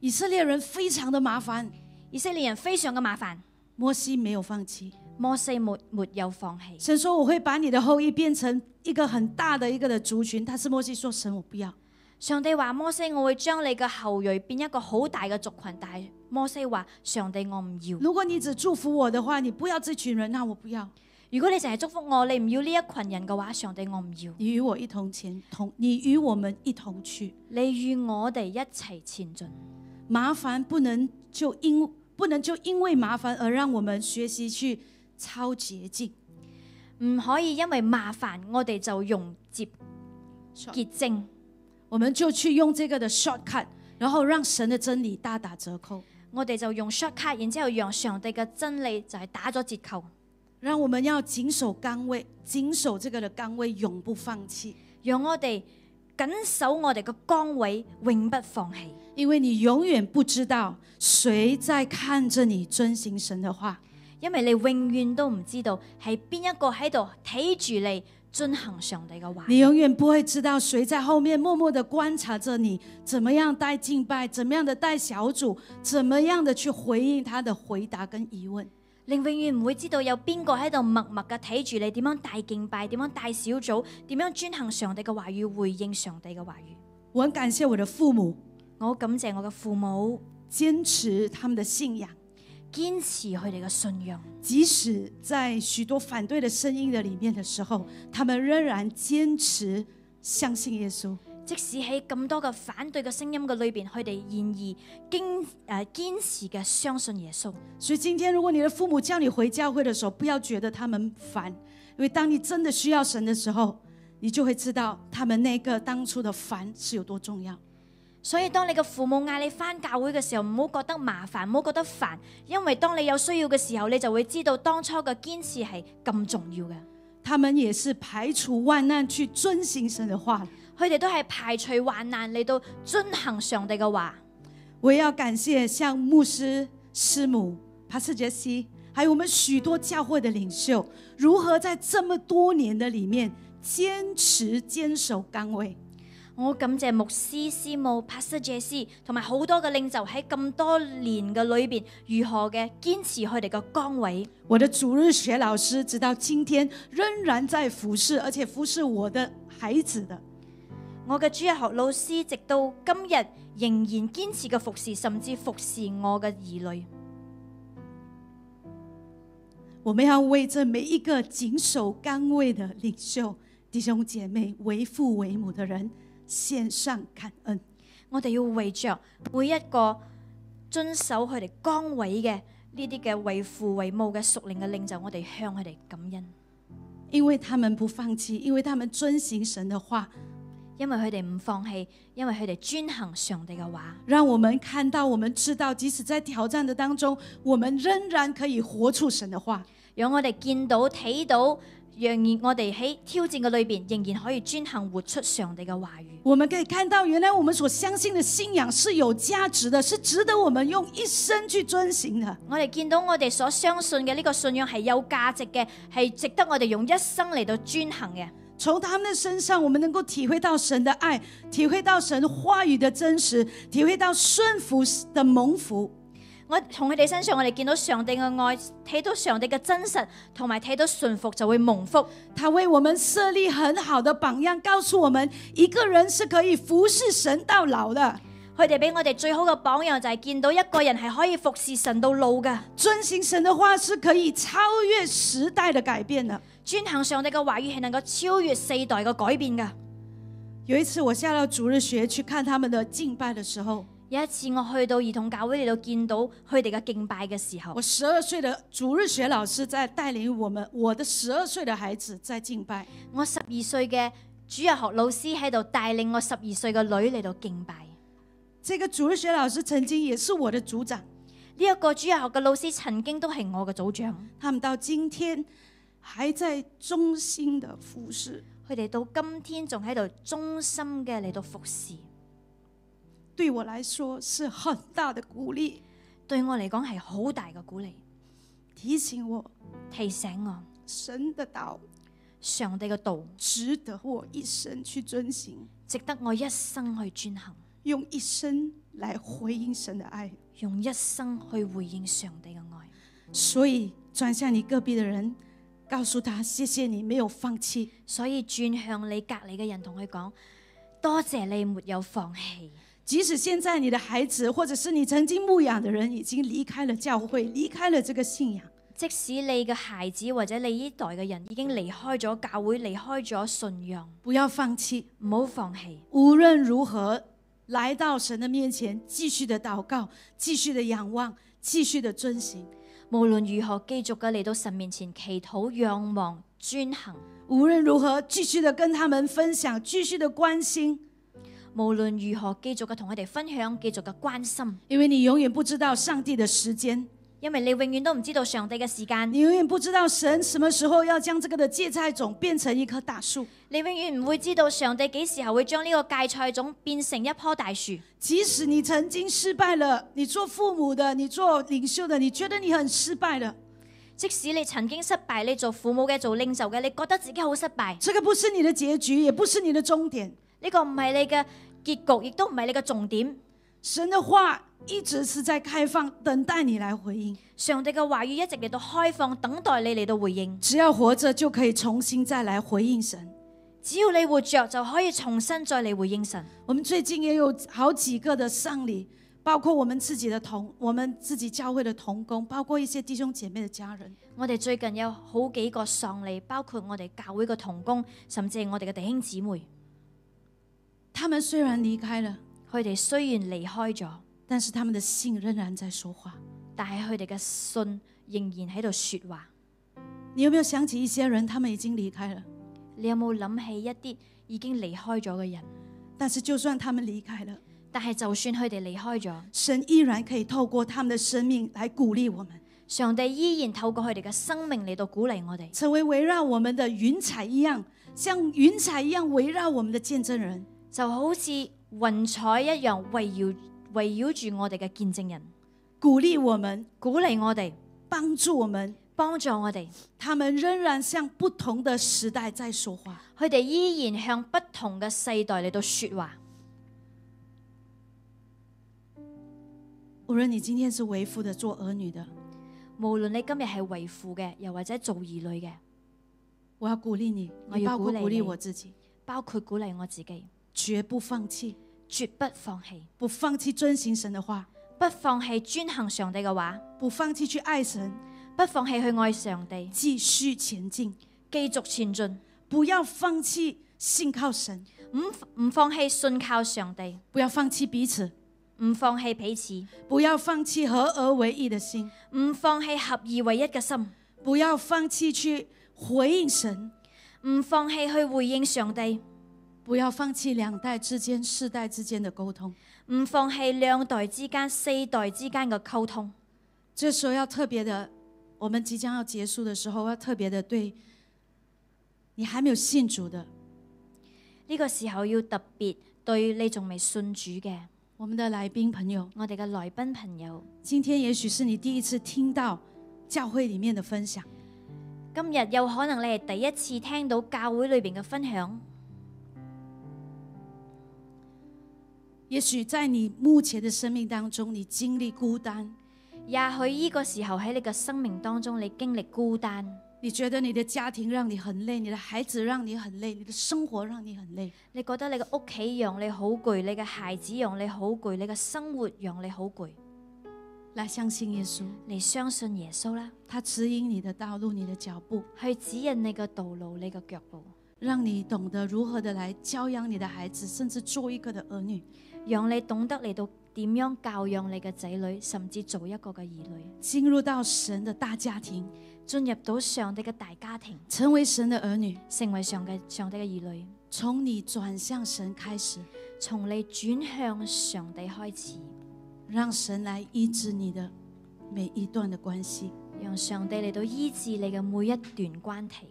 Speaker 1: 以色列人非常的麻烦，
Speaker 2: 以色列人非常嘅麻煩，
Speaker 1: 摩西没有放弃。
Speaker 2: 摩西沒沒有放棄。
Speaker 1: 神说：“我会把你的后裔变成一个很大的一个的族群。”但是摩西说：“神，我不要。
Speaker 2: 上帝話摩西，我會將你嘅後裔變一個好大嘅族群，但係摩西話上帝我唔要。
Speaker 1: 如果你只祝福我的话，你不要这群人，那我不要。
Speaker 2: 如果你淨係祝福我，你唔要呢一群人嘅話，上帝我唔要。
Speaker 1: 你与我一同前同，你与我们一同去。
Speaker 2: 你與我哋一齊前進，
Speaker 1: 麻烦不能就因不能就因为麻烦而让我们学习去超捷径。
Speaker 2: 唔可以因為麻煩我哋就用接結晶。
Speaker 1: 我们就去用这个的 shortcut，然后让神的真理大打折扣。
Speaker 2: 我哋就用 shortcut，然之後讓上帝嘅真理就係打咗折扣。
Speaker 1: 让我们要谨守岗位，谨守这个的岗位，永不放弃。
Speaker 2: 让我哋緊守我哋嘅崗位，永不放棄。
Speaker 1: 因为你永远不知道谁在看着你遵行神的话。
Speaker 2: 因為你永遠都唔知道係邊一個喺度睇住你進行上帝嘅話，
Speaker 1: 你永远不会知道谁在后面默默的观察着你，怎么样带敬拜，怎么样的带小组，怎么样的去回应他的回答跟疑问。
Speaker 2: 你永遠唔會知道有邊個喺度默默嘅睇住你點樣大敬拜，點樣大小組，點樣專行上帝嘅話語，回應上帝嘅話語。
Speaker 1: 我很感谢我的父母，
Speaker 2: 我好感謝我嘅父母，
Speaker 1: 坚持他们的信仰，
Speaker 2: 堅持佢哋嘅信仰，
Speaker 1: 即使在许多反对的声音的里面的时候，他们仍然坚持相信耶稣。
Speaker 2: 即使喺咁多嘅反對嘅聲音嘅裏邊，佢哋然而堅誒、呃、堅持嘅相信耶穌。
Speaker 1: 所以今天，如果你的父母叫你回教会的时候，不要觉得他们烦，因为当你真的需要神的时候，你就会知道他们那个当初的烦是有多重要。
Speaker 2: 所以當你嘅父母嗌你翻教會嘅時候，唔好覺得麻煩，唔好覺得煩，因為當你有需要嘅時候，你就會知道當初嘅堅持係咁重要嘅。
Speaker 1: 他们也是排除万难去遵行神的话。
Speaker 2: 佢哋都係排除患難嚟到遵行上帝嘅話。
Speaker 1: 我也要感谢像牧师、师母、帕斯杰西，还有我们许多教会的领袖，如何在这么多年的里面坚持坚守岗位。
Speaker 2: 我感謝牧師、師母、Pastor J.C. 同埋好多嘅領袖喺咁多年嘅裏邊，如何嘅堅持佢哋嘅崗位。
Speaker 1: 我的主日学老师直到今天仍然在服侍，而且服侍我的孩子的。
Speaker 2: 我嘅主日學老師直到今日仍然堅持嘅服侍，甚至服侍我嘅兒女。
Speaker 1: 我们要为这每一个谨守岗位的领袖、弟兄姐妹、为父为母的人献上感恩。
Speaker 2: 我哋要為着每一個遵守佢哋崗位嘅呢啲嘅為父為母嘅屬靈嘅領袖，我哋向佢哋感恩，
Speaker 1: 因为他们不放弃，因为他们遵行神的话，
Speaker 2: 因為佢哋唔放棄，因為佢哋專行上帝嘅話，
Speaker 1: 让我们看到，我们知道，即使在挑战的当中，我们仍然可以活出神的话。
Speaker 2: 讓我哋見到睇到，讓我哋喺挑戰嘅裏邊仍然可以專行活出上帝嘅話語。
Speaker 1: 我们可以看到，原来我们所相信的信仰是有价值的，是值得我们用一生去遵行的。
Speaker 2: 我哋見到我哋所相信嘅呢個信仰係有價值嘅，係值得我哋用一生嚟到專行嘅。
Speaker 1: 从他们的身上，我们能够体会到神的爱，体会到神话语的真实，体会到顺服的蒙福。
Speaker 2: 我從佢哋身上，我哋見到上帝嘅愛，睇到上帝嘅真實，同埋睇到順服就會蒙福。
Speaker 1: 他为我们设立很好的榜样，告诉我们一个人是可以服侍神到老的，
Speaker 2: 佢哋俾我哋最好嘅榜樣就係見到一個人係可以服侍神到老嘅，
Speaker 1: 遵行神的话是可以超越时代的改变的。
Speaker 2: 專行上帝嘅話語係能夠超越世代嘅改變嘅。
Speaker 1: 有一次，我下到主日学去看他们的敬拜的时候，
Speaker 2: 有一次我去到兒童教會嚟到見到佢哋嘅敬拜嘅時候
Speaker 1: 我，十二岁的主日学老师在带领我们，我的十二岁的孩子在敬拜。
Speaker 2: 我十二歲嘅主日學老師喺度帶領我十二歲嘅女嚟到敬拜。
Speaker 1: 这个主日学老师曾经也是我的组长，
Speaker 2: 呢、一個主日學嘅老師曾經都係我嘅組長，
Speaker 1: 他们到今天还在忠心的服侍，
Speaker 2: 佢哋到今天仲喺度忠心嘅嚟到服侍，
Speaker 1: 对我来说是很大的鼓励，
Speaker 2: 對我嚟講係好大嘅鼓勵，
Speaker 1: 提醒我
Speaker 2: 提醒我
Speaker 1: 神的道
Speaker 2: 上帝嘅道
Speaker 1: 值得我一生去遵行，
Speaker 2: 值得我一生去遵行，
Speaker 1: 用一生来回应神的爱。
Speaker 2: 用一生去回應上帝嘅愛。
Speaker 1: 所以转向你隔壁的人，告诉他谢谢你没有放弃，
Speaker 2: 所以轉向你隔離嘅人，同佢講：多謝你沒有放棄。
Speaker 1: 即使现在你的孩子或者是你曾经牧养的人已经离开了教会，离开了这个信仰，
Speaker 2: 即使你嘅孩子或者你呢代嘅人已經離開咗教會，離開咗信仰，
Speaker 1: 不要放弃。
Speaker 2: 唔好放棄。
Speaker 1: 无论如何，来到神的面前，继续的祷告，继续的仰望，继续的遵行。
Speaker 2: 無論如何，繼續嘅嚟到神面前祈禱、仰望、專行。
Speaker 1: 无论如何，继续的跟他们分享，继续的关心，
Speaker 2: 無論如何，繼續嘅同佢哋分享，繼續嘅關心，
Speaker 1: 因为你永远不知道上帝的时间，
Speaker 2: 因為你永遠都唔知道上帝嘅時間，
Speaker 1: 你永远不知道神什么时候要将这个的芥菜种变成一棵大树。
Speaker 2: 你永遠唔會知道上帝幾時候會將呢個芥菜種變成一棵大樹。
Speaker 1: 即使你曾经失败了，你做父母的，你做领袖的，你觉得你很失败了，
Speaker 2: 即使你曾經失敗，你做父母嘅、做領袖嘅，你覺得自己好失敗，
Speaker 1: 这个不是你的结局，也不是你的终点。
Speaker 2: 呢、個唔係你嘅結局，亦都唔係你嘅重點。
Speaker 1: 神的话一直是在开放，等待你来回应。
Speaker 2: 上帝嘅話語一直嚟到開放，等待你嚟到回應。
Speaker 1: 只要活着，就可以重新再来回应神。
Speaker 2: 只要你活着，就可以重新再嚟回應神。
Speaker 1: 我们最近也有好几个的丧礼，包括我们自己的同，我们自己教会的同工，包括一些弟兄姐妹的家人。
Speaker 2: 我哋最近有好幾個喪禮，包括我哋教會嘅童工，甚至係我哋嘅弟兄姊妹。
Speaker 1: 他们虽然离开了，
Speaker 2: 佢哋雖然離開咗，
Speaker 1: 但是他们的信仍然在说话。
Speaker 2: 但係佢哋嘅信仍然喺度説話。
Speaker 1: 你有没有想起一些人，他们已经离开了，
Speaker 2: 你有冇諗起一啲已經離開咗嘅人？
Speaker 1: 但是就算他们离开了，
Speaker 2: 但係就算佢哋離開咗，
Speaker 1: 神依然可以透过他们的生命来鼓励我们，
Speaker 2: 上帝依然透過佢哋嘅生命嚟到鼓勵我哋，
Speaker 1: 成为围绕我们的云彩一样，像云彩一样围绕我们的见证人。
Speaker 2: 就好似雲彩一樣圍繞圍繞住我哋嘅見證人，
Speaker 1: 鼓励我们，
Speaker 2: 鼓勵我哋，
Speaker 1: 帮助我们。
Speaker 2: 幫助我哋。
Speaker 1: 他们仍然向不同的时代在说话。
Speaker 2: 佢哋依然向不同嘅世代嚟到説話。
Speaker 1: 无论你今天是为父的，做儿女的，
Speaker 2: 無論你今日係為父嘅，又或者做兒女嘅，
Speaker 1: 我要鼓励你，
Speaker 2: 我
Speaker 1: 也
Speaker 2: 要
Speaker 1: 包
Speaker 2: 鼓
Speaker 1: 括
Speaker 2: 励
Speaker 1: 鼓励
Speaker 2: 你
Speaker 1: 我自己，
Speaker 2: 包括鼓勵我自己，
Speaker 1: 绝不放弃，
Speaker 2: 絕不放棄，
Speaker 1: 不放弃遵行神的话，
Speaker 2: 不放棄專行上帝嘅話，
Speaker 1: 不放弃去爱神，
Speaker 2: 不放棄去愛上帝，
Speaker 1: 继续前进，
Speaker 2: 繼續前進，
Speaker 1: 不要放弃信靠神，
Speaker 2: 唔唔放棄信靠上帝，
Speaker 1: 不要放弃彼此，
Speaker 2: 唔放棄彼此，
Speaker 1: 不要放弃合而为一的心，
Speaker 2: 唔放棄合二為一嘅心，
Speaker 1: 不要放弃去回应神，
Speaker 2: 唔放棄去回應上帝，
Speaker 1: 不要放弃两代之间、世代之间的沟通。
Speaker 2: 唔放棄兩代之間、四代之間嘅溝通。
Speaker 1: 这时候要特别的，我们即将要结束的时候，要特别的对你还没有信主的，
Speaker 2: 呢、個時候要特別對你仲未信主嘅
Speaker 1: 我们的来宾朋友，
Speaker 2: 我哋嘅來賓朋友。
Speaker 1: 今天也许是你第一次听到教会里面的分享，
Speaker 2: 今日有可能你係第一次聽到教會裏邊嘅分享，
Speaker 1: 也许在你目前的生命当中，你经历孤单，
Speaker 2: 也許呢個時候喺你嘅生命當中，你經歷孤單，
Speaker 1: 你觉得你的家庭让你很累，你的孩子让你很累，你的生活让你很累，
Speaker 2: 你覺得你嘅屋企讓你好攰，你嘅孩子讓你好攰，你嘅生活讓你好攰。
Speaker 1: 来相信耶稣，
Speaker 2: 你相信耶穌啦，
Speaker 1: 他指引你的道路，你的脚步。
Speaker 2: 去指引你嘅道路，你嘅腳步。
Speaker 1: 让你懂得如何的来教养你的孩子，甚至做一个的儿女。
Speaker 2: 讓你懂得嚟到點樣教養你嘅仔女，甚至做一個嘅兒女，
Speaker 1: 进入到神的大家庭，
Speaker 2: 進入到上帝嘅大家庭，
Speaker 1: 成为神的儿女，
Speaker 2: 成為上嘅上帝嘅兒女。
Speaker 1: 从你转向神开始，
Speaker 2: 從你轉向上帝開始，
Speaker 1: 让神来医治你的每一段的关系。
Speaker 2: 讓上帝嚟到醫治你嘅每一段關係。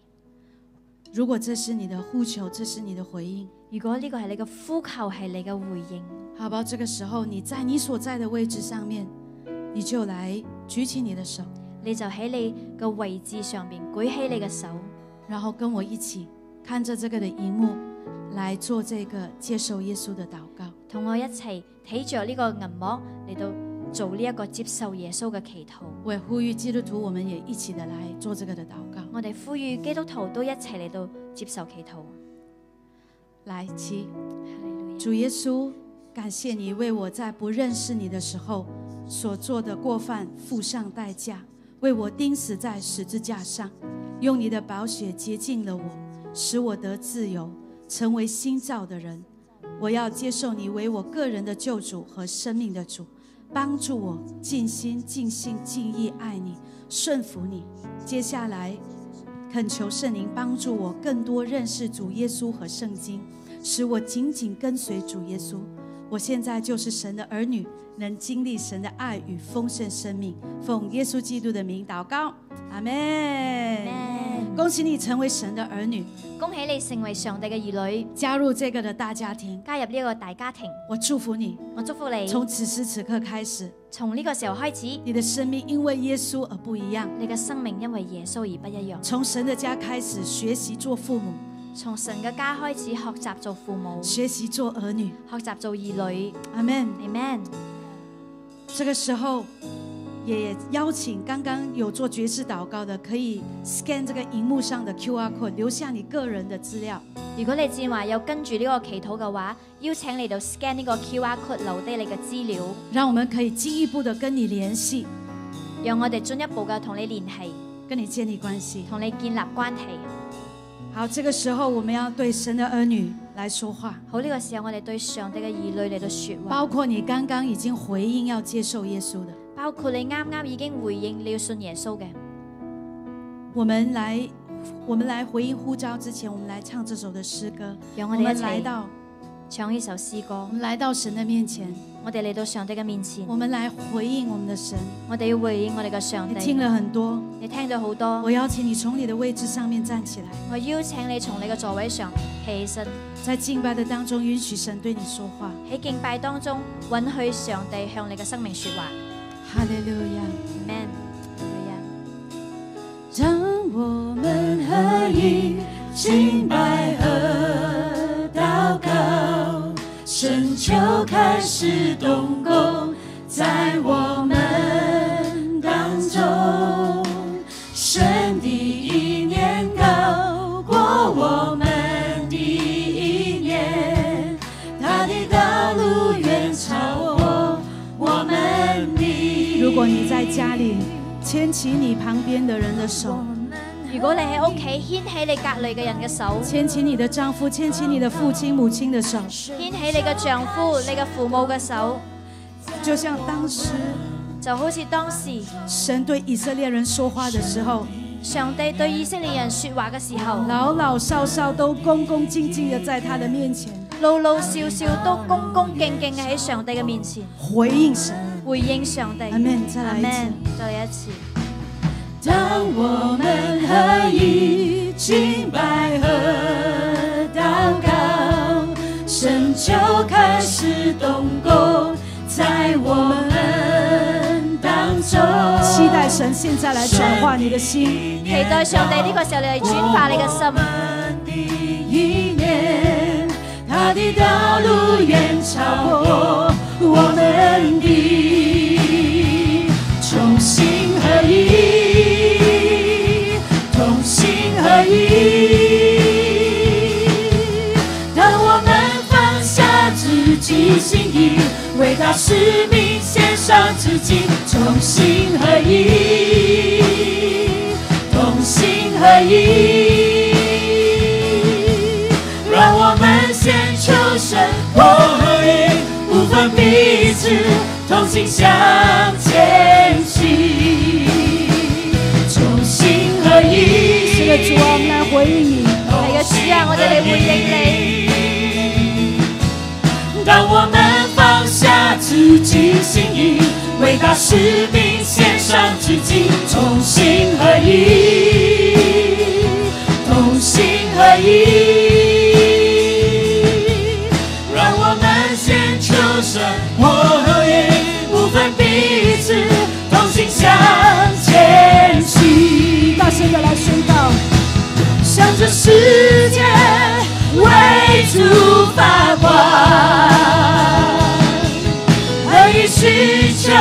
Speaker 1: 如果这是你的呼求，这是你的回应，
Speaker 2: 如果呢個係你嘅呼求，係你嘅回應，
Speaker 1: 好不好？这个时候你在你所在的位置上面，你就来举起你的手，
Speaker 2: 你就喺你嘅位置上面舉起你嘅手，
Speaker 1: 然后跟我一起看着这个的荧幕来做这个接受耶稣的祷告。
Speaker 2: 同我一齊睇住呢個銀幕嚟到做呢一個接受耶穌嘅祈禱。
Speaker 1: 我也呼吁基督徒，我们也一起的来做这个的祷告。
Speaker 2: 我哋呼籲基督徒都一齊嚟到接受祈禱。
Speaker 1: 来，起。
Speaker 2: 哈利路亞
Speaker 1: 主耶稣，感谢你为我在不认识你的时候所做的过犯付上代价，为我钉死在十字架上，用你的宝血洁净了我，使我得自由，成为新造的人。我要接受你为我个人的救主和生命的主，帮助我尽心、尽性、尽意爱你，顺服你。接下来，恳求圣灵帮助我更多认识主耶稣和圣经，使我紧紧跟随主耶稣。我现在就是神的儿女，能经历神的爱与丰盛生命。奉耶稣基督的名祷告，阿门。
Speaker 2: Amen
Speaker 1: 恭喜你成为神的儿女，
Speaker 2: 恭喜你成為上帝嘅兒女，
Speaker 1: 加入这个的大家庭。
Speaker 2: 加入呢一個大家庭。
Speaker 1: 我祝福你，
Speaker 2: 我祝福你，
Speaker 1: 从此时此刻开始，
Speaker 2: 從呢個時候開始，
Speaker 1: 你的生命因为耶稣而不一样。
Speaker 2: 你嘅生命因為耶穌而不一樣。
Speaker 1: 从神的家开始学习做父母，
Speaker 2: 從神嘅家開始學習做父母，
Speaker 1: 学习做儿女。
Speaker 2: 學習做兒女。
Speaker 1: 阿门。
Speaker 2: Amen。
Speaker 1: 这个时候，也邀请刚刚有做爵士祷告的，可以 scan 这个荧幕上的 QR code，留下你个人的资料。
Speaker 2: 如果你正話有跟住呢個祈禱嘅話，邀請你到 scan 呢個 QR code 留低你嘅資料，
Speaker 1: 让我们可以进一步的跟你联系，
Speaker 2: 讓我哋進一步嘅同你聯繫，
Speaker 1: 跟你建立关系。
Speaker 2: 同你建立關係。
Speaker 1: 好，这个时候我们要对神的儿女来说话，
Speaker 2: 好呢、個時候，我哋對上帝嘅兒女嚟到说話，
Speaker 1: 包括你刚刚已经回应要接受耶稣的，
Speaker 2: 包括你啱啱已經回應你要信耶穌嘅。
Speaker 1: 我们来，我们来回应呼召之前，我们来唱这首的诗歌。
Speaker 2: 讓
Speaker 1: 我
Speaker 2: 我哋
Speaker 1: 们
Speaker 2: 一
Speaker 1: 来
Speaker 2: 齊
Speaker 1: 到，
Speaker 2: 唱呢首詩
Speaker 1: 我
Speaker 2: 歌，
Speaker 1: 们来到神的面前，
Speaker 2: 我哋嚟到上帝嘅面前，
Speaker 1: 我们来回应我们的神。
Speaker 2: 我哋要回應我哋嘅上
Speaker 1: 你
Speaker 2: 帝。
Speaker 1: 听了很多，
Speaker 2: 你聽到好多
Speaker 1: 我，邀请你从你的位置上面站起来，
Speaker 2: 我邀請你從你嘅座位上起身，
Speaker 1: 在敬拜的当中允许神对你说话。
Speaker 2: 喺敬拜當中允許上帝向你嘅生命说話。
Speaker 1: 哈利路亚。
Speaker 2: Amen。Hallelujah
Speaker 1: 让我们合一敬拜和祷告，神就开始动工在我们当中。神的一年高过我们的一年，他的道路远超过我们的。如果你在家里牵起你旁边的人的手，
Speaker 2: 如果你喺屋企牽起你隔離嘅人嘅手，
Speaker 1: 牵起你的丈夫，牵起你的父亲、母亲的手，
Speaker 2: 牽起你嘅丈夫、你嘅父母嘅手，
Speaker 1: 就像当时
Speaker 2: 就好似當時
Speaker 1: 神对以色列人说话的时候，
Speaker 2: 上帝對以色列人说話嘅時候。
Speaker 1: 老老少少都恭恭敬敬的在他的面前
Speaker 2: 老老少少都恭恭敬敬嘅喺上帝嘅面前
Speaker 1: 回应神。
Speaker 2: 回應上帝。
Speaker 1: Amen，再來一次
Speaker 2: Amen，再嚟一次。
Speaker 1: 当我们合一敬拜和祷告，神就开始动工在我们当中。期待神现在来转化你的心。
Speaker 2: 期待上帝呢個時候你嚟轉化你嘅心。
Speaker 1: 第一年，他的道路远超过我们的，同心合一，同心合一。当我们放下自己心意，为他使命献上自己，同心合一，同心合一。
Speaker 3: 向前行，同心合一。
Speaker 1: 是的，主啊，我们来回应你。
Speaker 2: 係嘅，主啊，我哋嚟回應你。
Speaker 3: 当我们放下自己心意，伟大使命献上自己，同心合一，同心合一，让我们献出生活合一，不分彼此，同心向前行。
Speaker 1: 大声的来宣告，
Speaker 3: 向这世界为主发光，何以寻求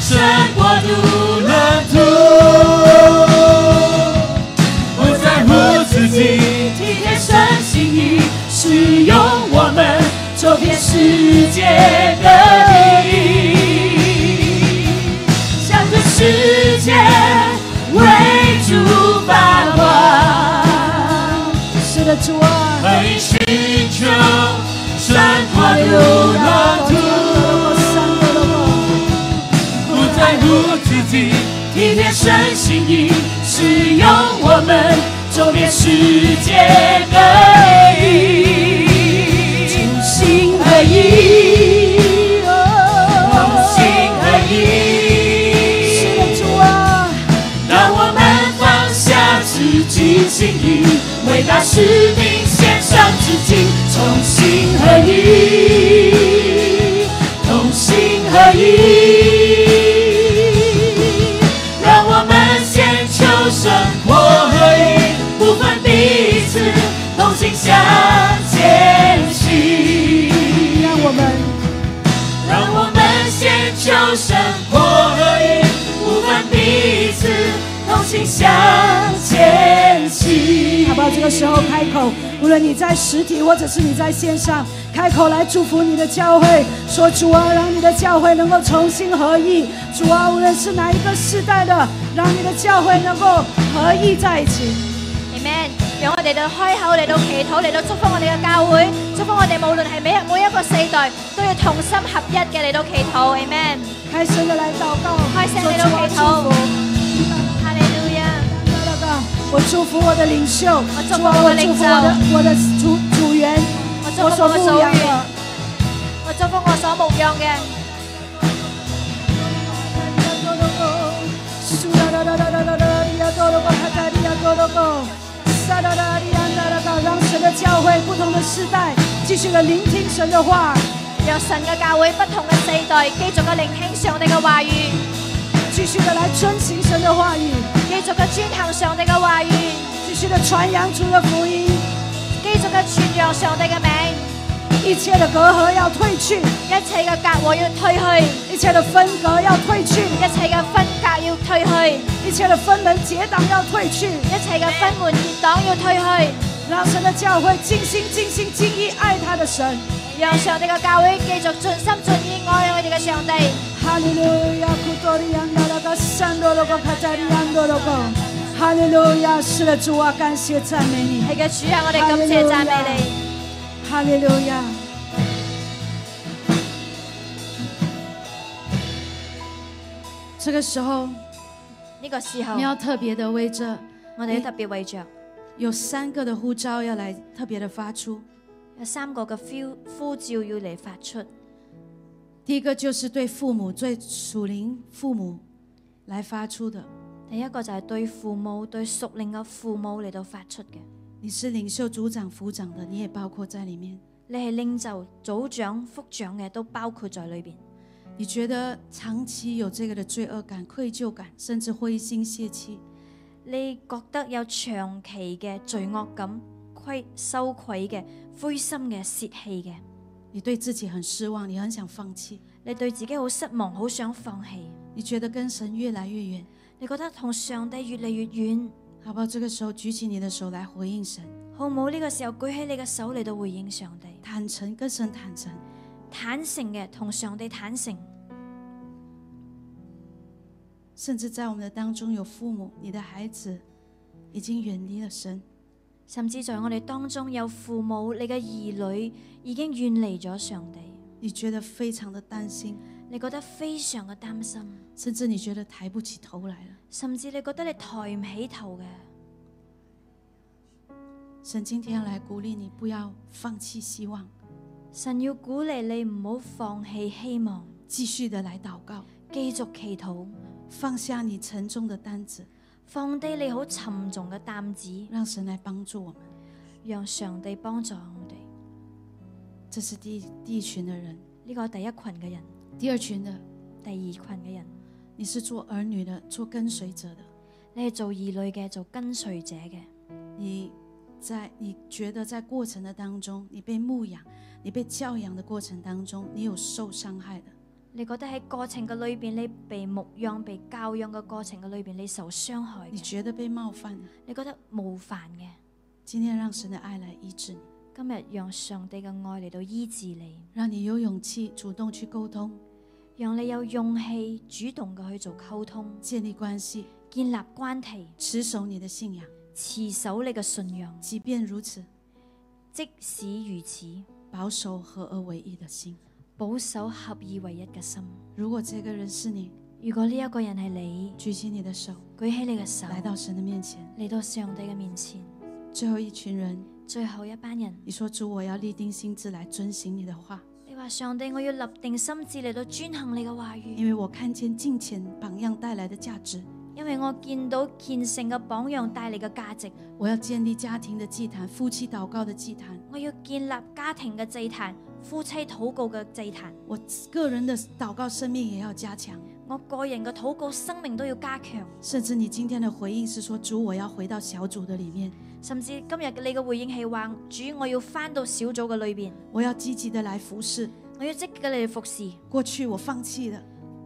Speaker 3: 神国度蓝图？不在乎自己，体贴神心意，使用我们走遍世界各地。向着世界为主发光，
Speaker 1: 是的，主啊，
Speaker 3: 何以寻求神国度蓝图？不在乎自己，体贴神心意，使用我们走遍世界各地，同心合一，同心合一。
Speaker 1: 是的，主啊，
Speaker 3: 让我们放下自己心意，伟大使命献上自己，同心合一，同心合一。让我们先求生活合一，不分彼此，同心向前行。
Speaker 1: 让我们
Speaker 3: 让我们先求生活合一，不分彼此，同心向前行
Speaker 1: 好。不好？这个时候开口，无论你在实体或者是你在线上，开口来祝福你的教会，说主啊，让你的教会能够重新合一。主啊，无论是哪一个世代的，让你的教会能够合一在一起。
Speaker 2: Amen。讓我哋到開口嚟到祈禱，嚟到祝福我哋嘅教會，祝福我哋無論係每每一個世代都要同心合一嘅嚟到祈禱。Amen。
Speaker 1: 开声的来祷告，
Speaker 2: 開聲
Speaker 1: 说
Speaker 2: 嚟
Speaker 1: 主啊
Speaker 2: 到祈禱
Speaker 1: 祝福。
Speaker 2: 哈利路亞。
Speaker 1: 我祝福我的领袖，
Speaker 2: 我
Speaker 1: 主
Speaker 2: 祝福
Speaker 1: 啊，
Speaker 2: 我
Speaker 1: 我
Speaker 2: 的
Speaker 1: 祝
Speaker 2: 领
Speaker 1: 福
Speaker 2: 袖
Speaker 1: 我的我的组组员，
Speaker 2: 我祝
Speaker 1: 我
Speaker 2: 福
Speaker 1: 所
Speaker 2: 我嘅
Speaker 1: 牧
Speaker 2: 組
Speaker 1: 养
Speaker 2: 員，
Speaker 1: 的。
Speaker 2: 我祝福我所牧養嘅。
Speaker 1: 让神的教会不同的世代继续的聆听神的话，
Speaker 2: 讓神嘅教會不同嘅世代繼續嘅聆聽上帝嘅話語，繼
Speaker 1: 继续的来遵行神的话语，
Speaker 2: 續嘅遵行上帝嘅話語，繼
Speaker 1: 继续的传扬主的福音，
Speaker 2: 續嘅傳揚上帝嘅名，
Speaker 1: 一切的隔阂要退去，
Speaker 2: 一切嘅隔阂要退去，
Speaker 1: 一切的分隔要退去，
Speaker 2: 一切嘅分隔要退去，
Speaker 1: 一切的分门结党要退去，
Speaker 2: 一切嘅分門結黨要退去，
Speaker 1: 让神的教会尽心尽心尽意爱他的神。
Speaker 2: 讓上帝嘅教會繼續盡心盡意愛我哋嘅上帝。
Speaker 1: Hallelujah, Kutoriandalaga, Sandologo, Katariandologo. Hallelujah，是的，主啊，感谢赞美你。
Speaker 2: 係嘅，主啊，我哋感謝讚美你。
Speaker 1: 哈利路亚。这个时候，
Speaker 2: 呢個時候
Speaker 1: 你，要特别的为这
Speaker 2: 我哋要特別為着
Speaker 1: 有三个的呼召要来特别的发出。
Speaker 2: 有三個嘅呼呼召要嚟發出。
Speaker 1: 第一个就是对父母、对属灵父母来发出的。
Speaker 2: 第一個就係對父母、對屬靈嘅父母嚟到發出嘅。
Speaker 1: 你是领袖、组长、副长的，你也包括在里面。
Speaker 2: 你係領袖、組長、副長嘅都包括在裏邊。
Speaker 1: 你觉得长期有这个的罪恶感、愧疚感，甚至灰心泄气，
Speaker 2: 你覺得有長期嘅罪惡感、愧羞愧嘅、灰心嘅、泄氣嘅，
Speaker 1: 你对自己很失望，你很想放弃，
Speaker 2: 你對自己好失望，好想放棄，
Speaker 1: 你觉得跟神越来越远，
Speaker 2: 你覺得同上帝越嚟越遠，
Speaker 1: 好不好？这个时候举起你的手来回应神，
Speaker 2: 好冇？呢、個時候舉起你嘅手嚟到回應上帝，
Speaker 1: 坦诚跟神坦诚。
Speaker 2: 坦誠嘅同上帝坦誠。
Speaker 1: 甚至在我们的当中有父母，你的孩子已经远离了神，
Speaker 2: 甚至在我哋當中有父母，你嘅兒女已經遠離咗上帝，
Speaker 1: 你觉得非常的担心，
Speaker 2: 你覺得非常嘅擔心，
Speaker 1: 甚至你觉得抬不起头来了。
Speaker 2: 甚至你覺得你抬唔起頭嘅。
Speaker 1: 神今天要来鼓励你，不要放弃希望，
Speaker 2: 神要鼓勵你唔好放棄希望，
Speaker 1: 继续的来祷告，
Speaker 2: 繼續祈禱，
Speaker 1: 放下你沉重的担子，
Speaker 2: 放低你好沉重嘅擔子，
Speaker 1: 让神来帮助我们。
Speaker 2: 讓上帝幫助我哋。
Speaker 1: 这是第一第一群的人，
Speaker 2: 呢個係第一群嘅人，
Speaker 1: 第二群的
Speaker 2: 第二群嘅人，
Speaker 1: 你是做儿女的，做跟随者的，
Speaker 2: 你係做兒女嘅，做跟隨者嘅。
Speaker 1: 你在你觉得在过程的当中，你被牧养、你被教养的过程当中，你有受伤害的，
Speaker 2: 你覺得喺過程嘅裏邊，你被牧養、被教養嘅過程嘅裏邊，你受傷害
Speaker 1: 你
Speaker 2: 嘅，
Speaker 1: 觉得被冒犯的，
Speaker 2: 你覺得冒犯嘅。
Speaker 1: 今天让神的爱来医治你，
Speaker 2: 今日讓上帝嘅愛嚟到醫治你，
Speaker 1: 让你有勇气主动去沟通、
Speaker 2: 讓你有勇氣主動嘅去做溝通，
Speaker 1: 建立关系、
Speaker 2: 建立關係，
Speaker 1: 持守你的信仰。
Speaker 2: 持守你嘅信仰。
Speaker 1: 即便如此，
Speaker 2: 即使如此，
Speaker 1: 保守合而为一的心。
Speaker 2: 保守合二為一嘅心。
Speaker 1: 如果这个人是你，
Speaker 2: 如果呢一個人係你，
Speaker 1: 举起你的手，
Speaker 2: 舉起你嘅手，
Speaker 1: 来到神的面前。
Speaker 2: 嚟到上帝嘅面前。
Speaker 1: 最后一群人，
Speaker 2: 最後一班人，
Speaker 1: 你说主，我要立定心志来遵行你的话，
Speaker 2: 你話上帝，我要立定心志嚟到專行你嘅話語。
Speaker 1: 因为我看见金钱榜样带来的价值。
Speaker 2: 因为我见到虔诚嘅榜样带嚟嘅价值，
Speaker 1: 我要建立家庭的祭坛，夫妻祷告的祭坛，
Speaker 2: 我要建立家庭嘅祭坛、夫妻祷告嘅祭坛，
Speaker 1: 我个人的祷告生命也要加强。
Speaker 2: 我个人嘅祷告生命都要加强。
Speaker 1: 甚至你今天的回应是说，主，我要回到小组的里面，
Speaker 2: 甚至今日你嘅回应系话：主，我要翻到小组嘅里边，
Speaker 1: 我要积极的来服侍。
Speaker 2: 我要积极嘅嚟服侍。
Speaker 1: 过去我放弃了，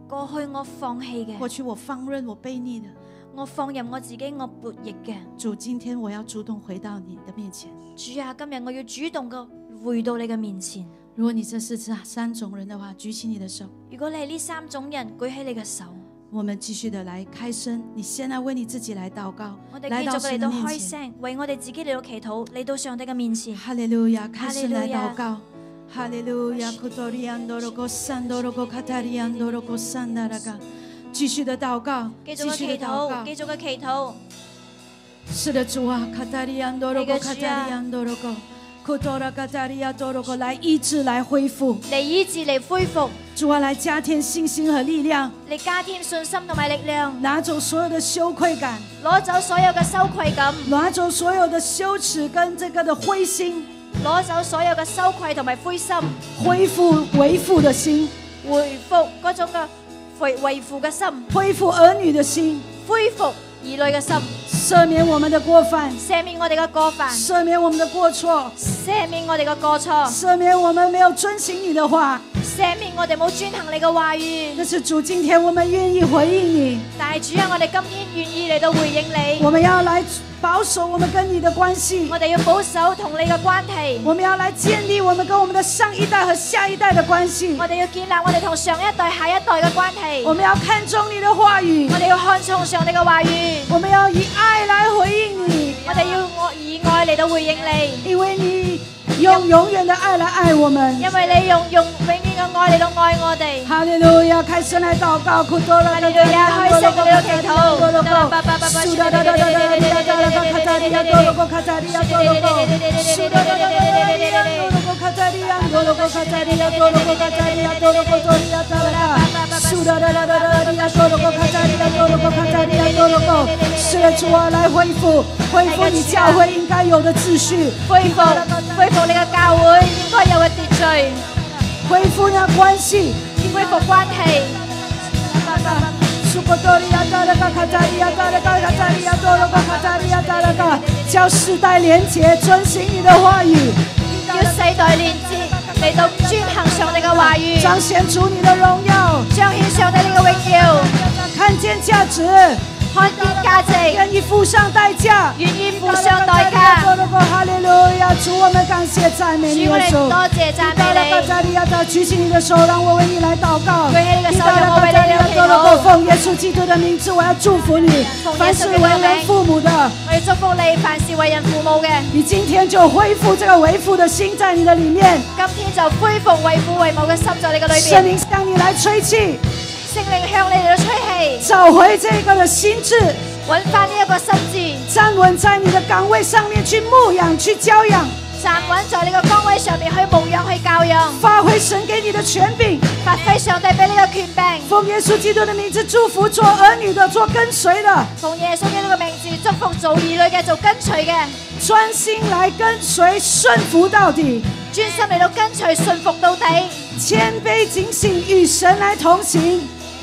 Speaker 2: 过去我放弃
Speaker 1: 过
Speaker 2: 嘅，
Speaker 1: 去我放任我悖逆的，
Speaker 2: 我放任我自己，我悖逆嘅。
Speaker 1: 主，今天我要主动回到你的面前。
Speaker 2: 主啊，今日我要主动嘅回到你嘅面前。
Speaker 1: 如果你这是这三种人的话，举起你的手，
Speaker 2: 如果你系呢三种人，举起你嘅手，
Speaker 1: 我们继续的来开声。你先来为你自己来祷告
Speaker 2: 我，哋
Speaker 1: 来
Speaker 2: 继
Speaker 1: 到
Speaker 2: 续
Speaker 1: 神
Speaker 2: 嚟
Speaker 1: 的
Speaker 2: 到
Speaker 1: 面
Speaker 2: 开
Speaker 1: 前。
Speaker 2: 声，为我哋自己嚟到祈祷，嚟到上帝嘅面前。
Speaker 1: 哈利路亚，开始来
Speaker 2: 哈利路亚
Speaker 1: 祷告。哈利路亚，库多利安多罗哥三多罗哥卡塔利安多罗哥三达拉嘎，继续的祷告，
Speaker 2: 继续
Speaker 1: 继
Speaker 2: 嘅
Speaker 1: 续
Speaker 2: 祈
Speaker 1: 的祷告
Speaker 2: 祷，继。续嘅祈祷。
Speaker 1: 是的，主啊，卡塔利安多罗哥
Speaker 2: 啊
Speaker 1: 卡塔利安多罗哥，库多拉卡塔利亚多罗哥来医治，来恢复。
Speaker 2: 嚟醫治，嚟恢復，
Speaker 1: 主啊，来加添信心和力量，
Speaker 2: 嚟加添信心同埋力量，
Speaker 1: 拿走所有的羞愧感，
Speaker 2: 攞走所有嘅羞愧感，
Speaker 1: 拿走所有的羞耻跟这个的灰心，
Speaker 2: 攞走所有嘅羞愧同埋灰心，
Speaker 1: 恢复为父的心，
Speaker 2: 回復嗰種嘅為為父嘅心，
Speaker 1: 恢复儿女的心，
Speaker 2: 恢復兒女嘅心，
Speaker 1: 赦免我们的过犯。
Speaker 2: 赦免我哋嘅過犯，
Speaker 1: 赦免我們的過錯，
Speaker 2: 赦免我哋嘅過錯，
Speaker 1: 赦免我們沒有遵行你的話。
Speaker 2: 赦免我哋冇專行你嘅話語。
Speaker 1: 但是主，今天我們願意回應你，
Speaker 2: 但係主啊，我哋今天願意嚟到回應你，
Speaker 1: 我們要來保守我們跟你的關係，
Speaker 2: 我哋要保守同你嘅關係，
Speaker 1: 我們要來建立我們跟我們的上一代和下一代的關
Speaker 2: 我
Speaker 1: 係，
Speaker 2: 哋要建立我哋同上一代、下一代嘅關係，
Speaker 1: 我
Speaker 2: 我
Speaker 1: 們要看重你的話語，
Speaker 2: 哋要看重上帝嘅話語。
Speaker 1: 我們要以愛來回應你，
Speaker 2: 我哋要我以愛嚟到回應你，
Speaker 1: 因為你用永遠的愛來愛我們
Speaker 2: 因。為你用用永遠嘅愛嚟到愛我哋。
Speaker 1: 哈利路亚！开声来祷告，苦多拉利是的，主啊，来恢复，恢复你教会应该有的秩序，
Speaker 2: 恢復恢復你嘅教會應該有嘅秩序，
Speaker 1: 恢复呢关系。
Speaker 2: 恢復關係。
Speaker 1: 叫世代连结，遵行你的话语，
Speaker 2: 要世代連接嚟到專行上帝嘅話語，
Speaker 1: 彰显出你的荣耀，
Speaker 2: 彰顯上帝你嘅榮耀，
Speaker 1: 看见价值，
Speaker 2: 看見價值，
Speaker 1: 愿意付上代价。
Speaker 2: 願意付上代價。
Speaker 1: 哈利路亚，主，我们感谢赞美
Speaker 2: 主
Speaker 1: 你，
Speaker 2: 我哋
Speaker 1: 主。
Speaker 2: 多謝讚美你，
Speaker 1: 的，举起你的手，让我为你来祷告。
Speaker 2: 举起你的手
Speaker 1: 一到
Speaker 2: 让我为你哦来
Speaker 1: 到
Speaker 2: 祷告
Speaker 1: 到奉耶稣基督的名字，我要祝福你
Speaker 2: 奉耶稣
Speaker 1: 凡是
Speaker 2: 基督的名。
Speaker 1: 为人父母的，
Speaker 2: 我哋祝福你，凡事為人父母嘅，
Speaker 1: 你今天就恢复这个为父的心在你的里面。
Speaker 2: 今天就恢復為父為母嘅心在你嘅裏
Speaker 1: 圣
Speaker 2: 邊。
Speaker 1: 灵向你來吹氣，
Speaker 2: 聖靈向你哋吹氣，
Speaker 1: 找回這個的心智，
Speaker 2: 揾翻呢一個心智，
Speaker 1: 站穩在你的崗位上面去牧養、去教養，
Speaker 2: 站穩在你個崗位上面去牧養、去教養，
Speaker 1: 發揮神給你的權柄。
Speaker 2: 發揮上帝俾你嘅權柄。
Speaker 1: 奉耶穌基督的名字祝福做兒女的、做跟隨的，
Speaker 2: 奉耶穌基督嘅名字祝福做兒女嘅、做跟隨嘅，
Speaker 1: 專心來跟隨、順服到底，
Speaker 2: 專心嚟到跟隨、順服到底，
Speaker 1: 謙卑警醒，與神來同行。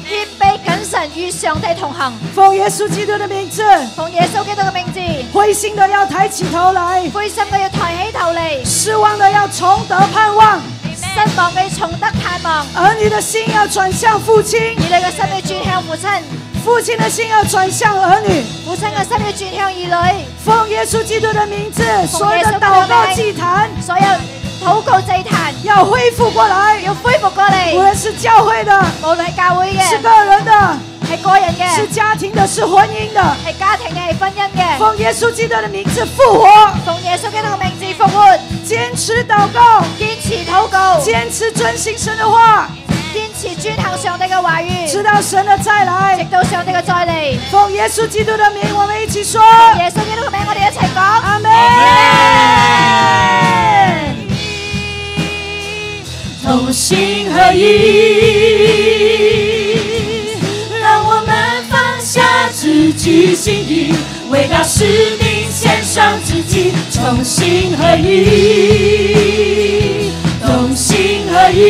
Speaker 2: 谦卑謹慎與上帝同行。
Speaker 1: 奉耶穌基督的名字，
Speaker 2: 奉耶穌基督嘅名字，
Speaker 1: 灰心的要抬起頭來，
Speaker 2: 灰心嘅要抬起頭嚟，
Speaker 1: 失望的要重得盼望，
Speaker 2: 失望嘅要重得盼望。
Speaker 1: 兒女的心要轉向父親
Speaker 2: 兒，女嘅心要轉向父親，
Speaker 1: 父親的心要轉向兒女。
Speaker 2: 父親嘅心要轉向兒女。
Speaker 1: 奉耶稣基督的名字，所有的祷告祭坛
Speaker 2: 所有禱告祭壇
Speaker 1: 要恢复过来，
Speaker 2: 要恢復過
Speaker 1: 无
Speaker 2: 嚟，
Speaker 1: 论是教會的，
Speaker 2: 無論係教會
Speaker 1: 是
Speaker 2: 嘅，
Speaker 1: 個人的，
Speaker 2: 係個人
Speaker 1: 是
Speaker 2: 嘅，
Speaker 1: 家庭的，是婚姻的。
Speaker 2: 係家庭嘅，係婚姻嘅。
Speaker 1: 奉耶稣基督的名字复活，
Speaker 2: 奉耶穌基督嘅名字復活，
Speaker 1: 坚持祷告，
Speaker 2: 堅持禱告，
Speaker 1: 坚持遵行神的话，
Speaker 2: 堅持遵行上帝嘅話
Speaker 1: 直
Speaker 2: 語，
Speaker 1: 到神的再
Speaker 2: 直
Speaker 1: 来。
Speaker 2: 到上帝嘅再嚟。
Speaker 1: 奉耶稣基督的名，我们一起说，
Speaker 2: 耶穌基督嘅名，我哋一齊講。
Speaker 1: 阿门。
Speaker 3: 同心合一，让我们放下自己心意，为大使命献上自己，同心合一，同心合一，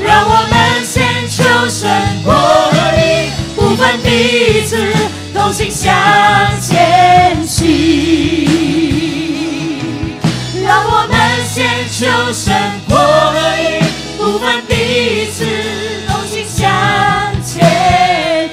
Speaker 3: 让我们先求神国义，不分彼此，同心向前行。让我们先求神国义，不分彼此，同心向前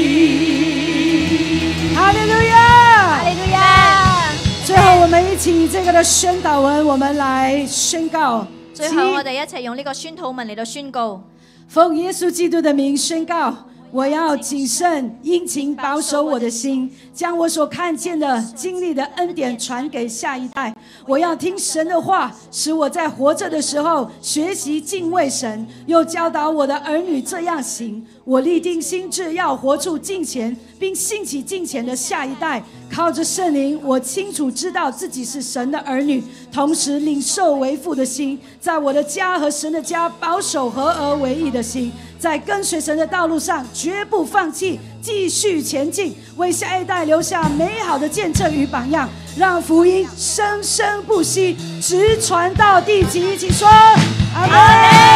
Speaker 3: 行。
Speaker 1: 哈利路亚
Speaker 2: 哈。利路亞！
Speaker 1: 最后，我们一起以这个的宣导文，我们来宣告。
Speaker 2: 最後我哋一齊用呢個宣討文嚟到宣告。
Speaker 1: 奉耶稣基督的名宣告，我要谨慎殷勤保守我的心，将我所看见的、经历的恩典传给下一代。我要听神的话，使我在活着的时候学习敬畏神，又教导我的儿女这样行。我立定心志，要活出敬虔，并兴起敬虔的下一代。靠着圣灵，我清楚知道自己是神的儿女，同时领受为父的心，在我的家和神的家保守合而为一的心，在跟随神的道路上绝不放弃，继续前进，为下一代留下美好的见证与榜样，让福音生生不息，直传到地极。一起说，阿门。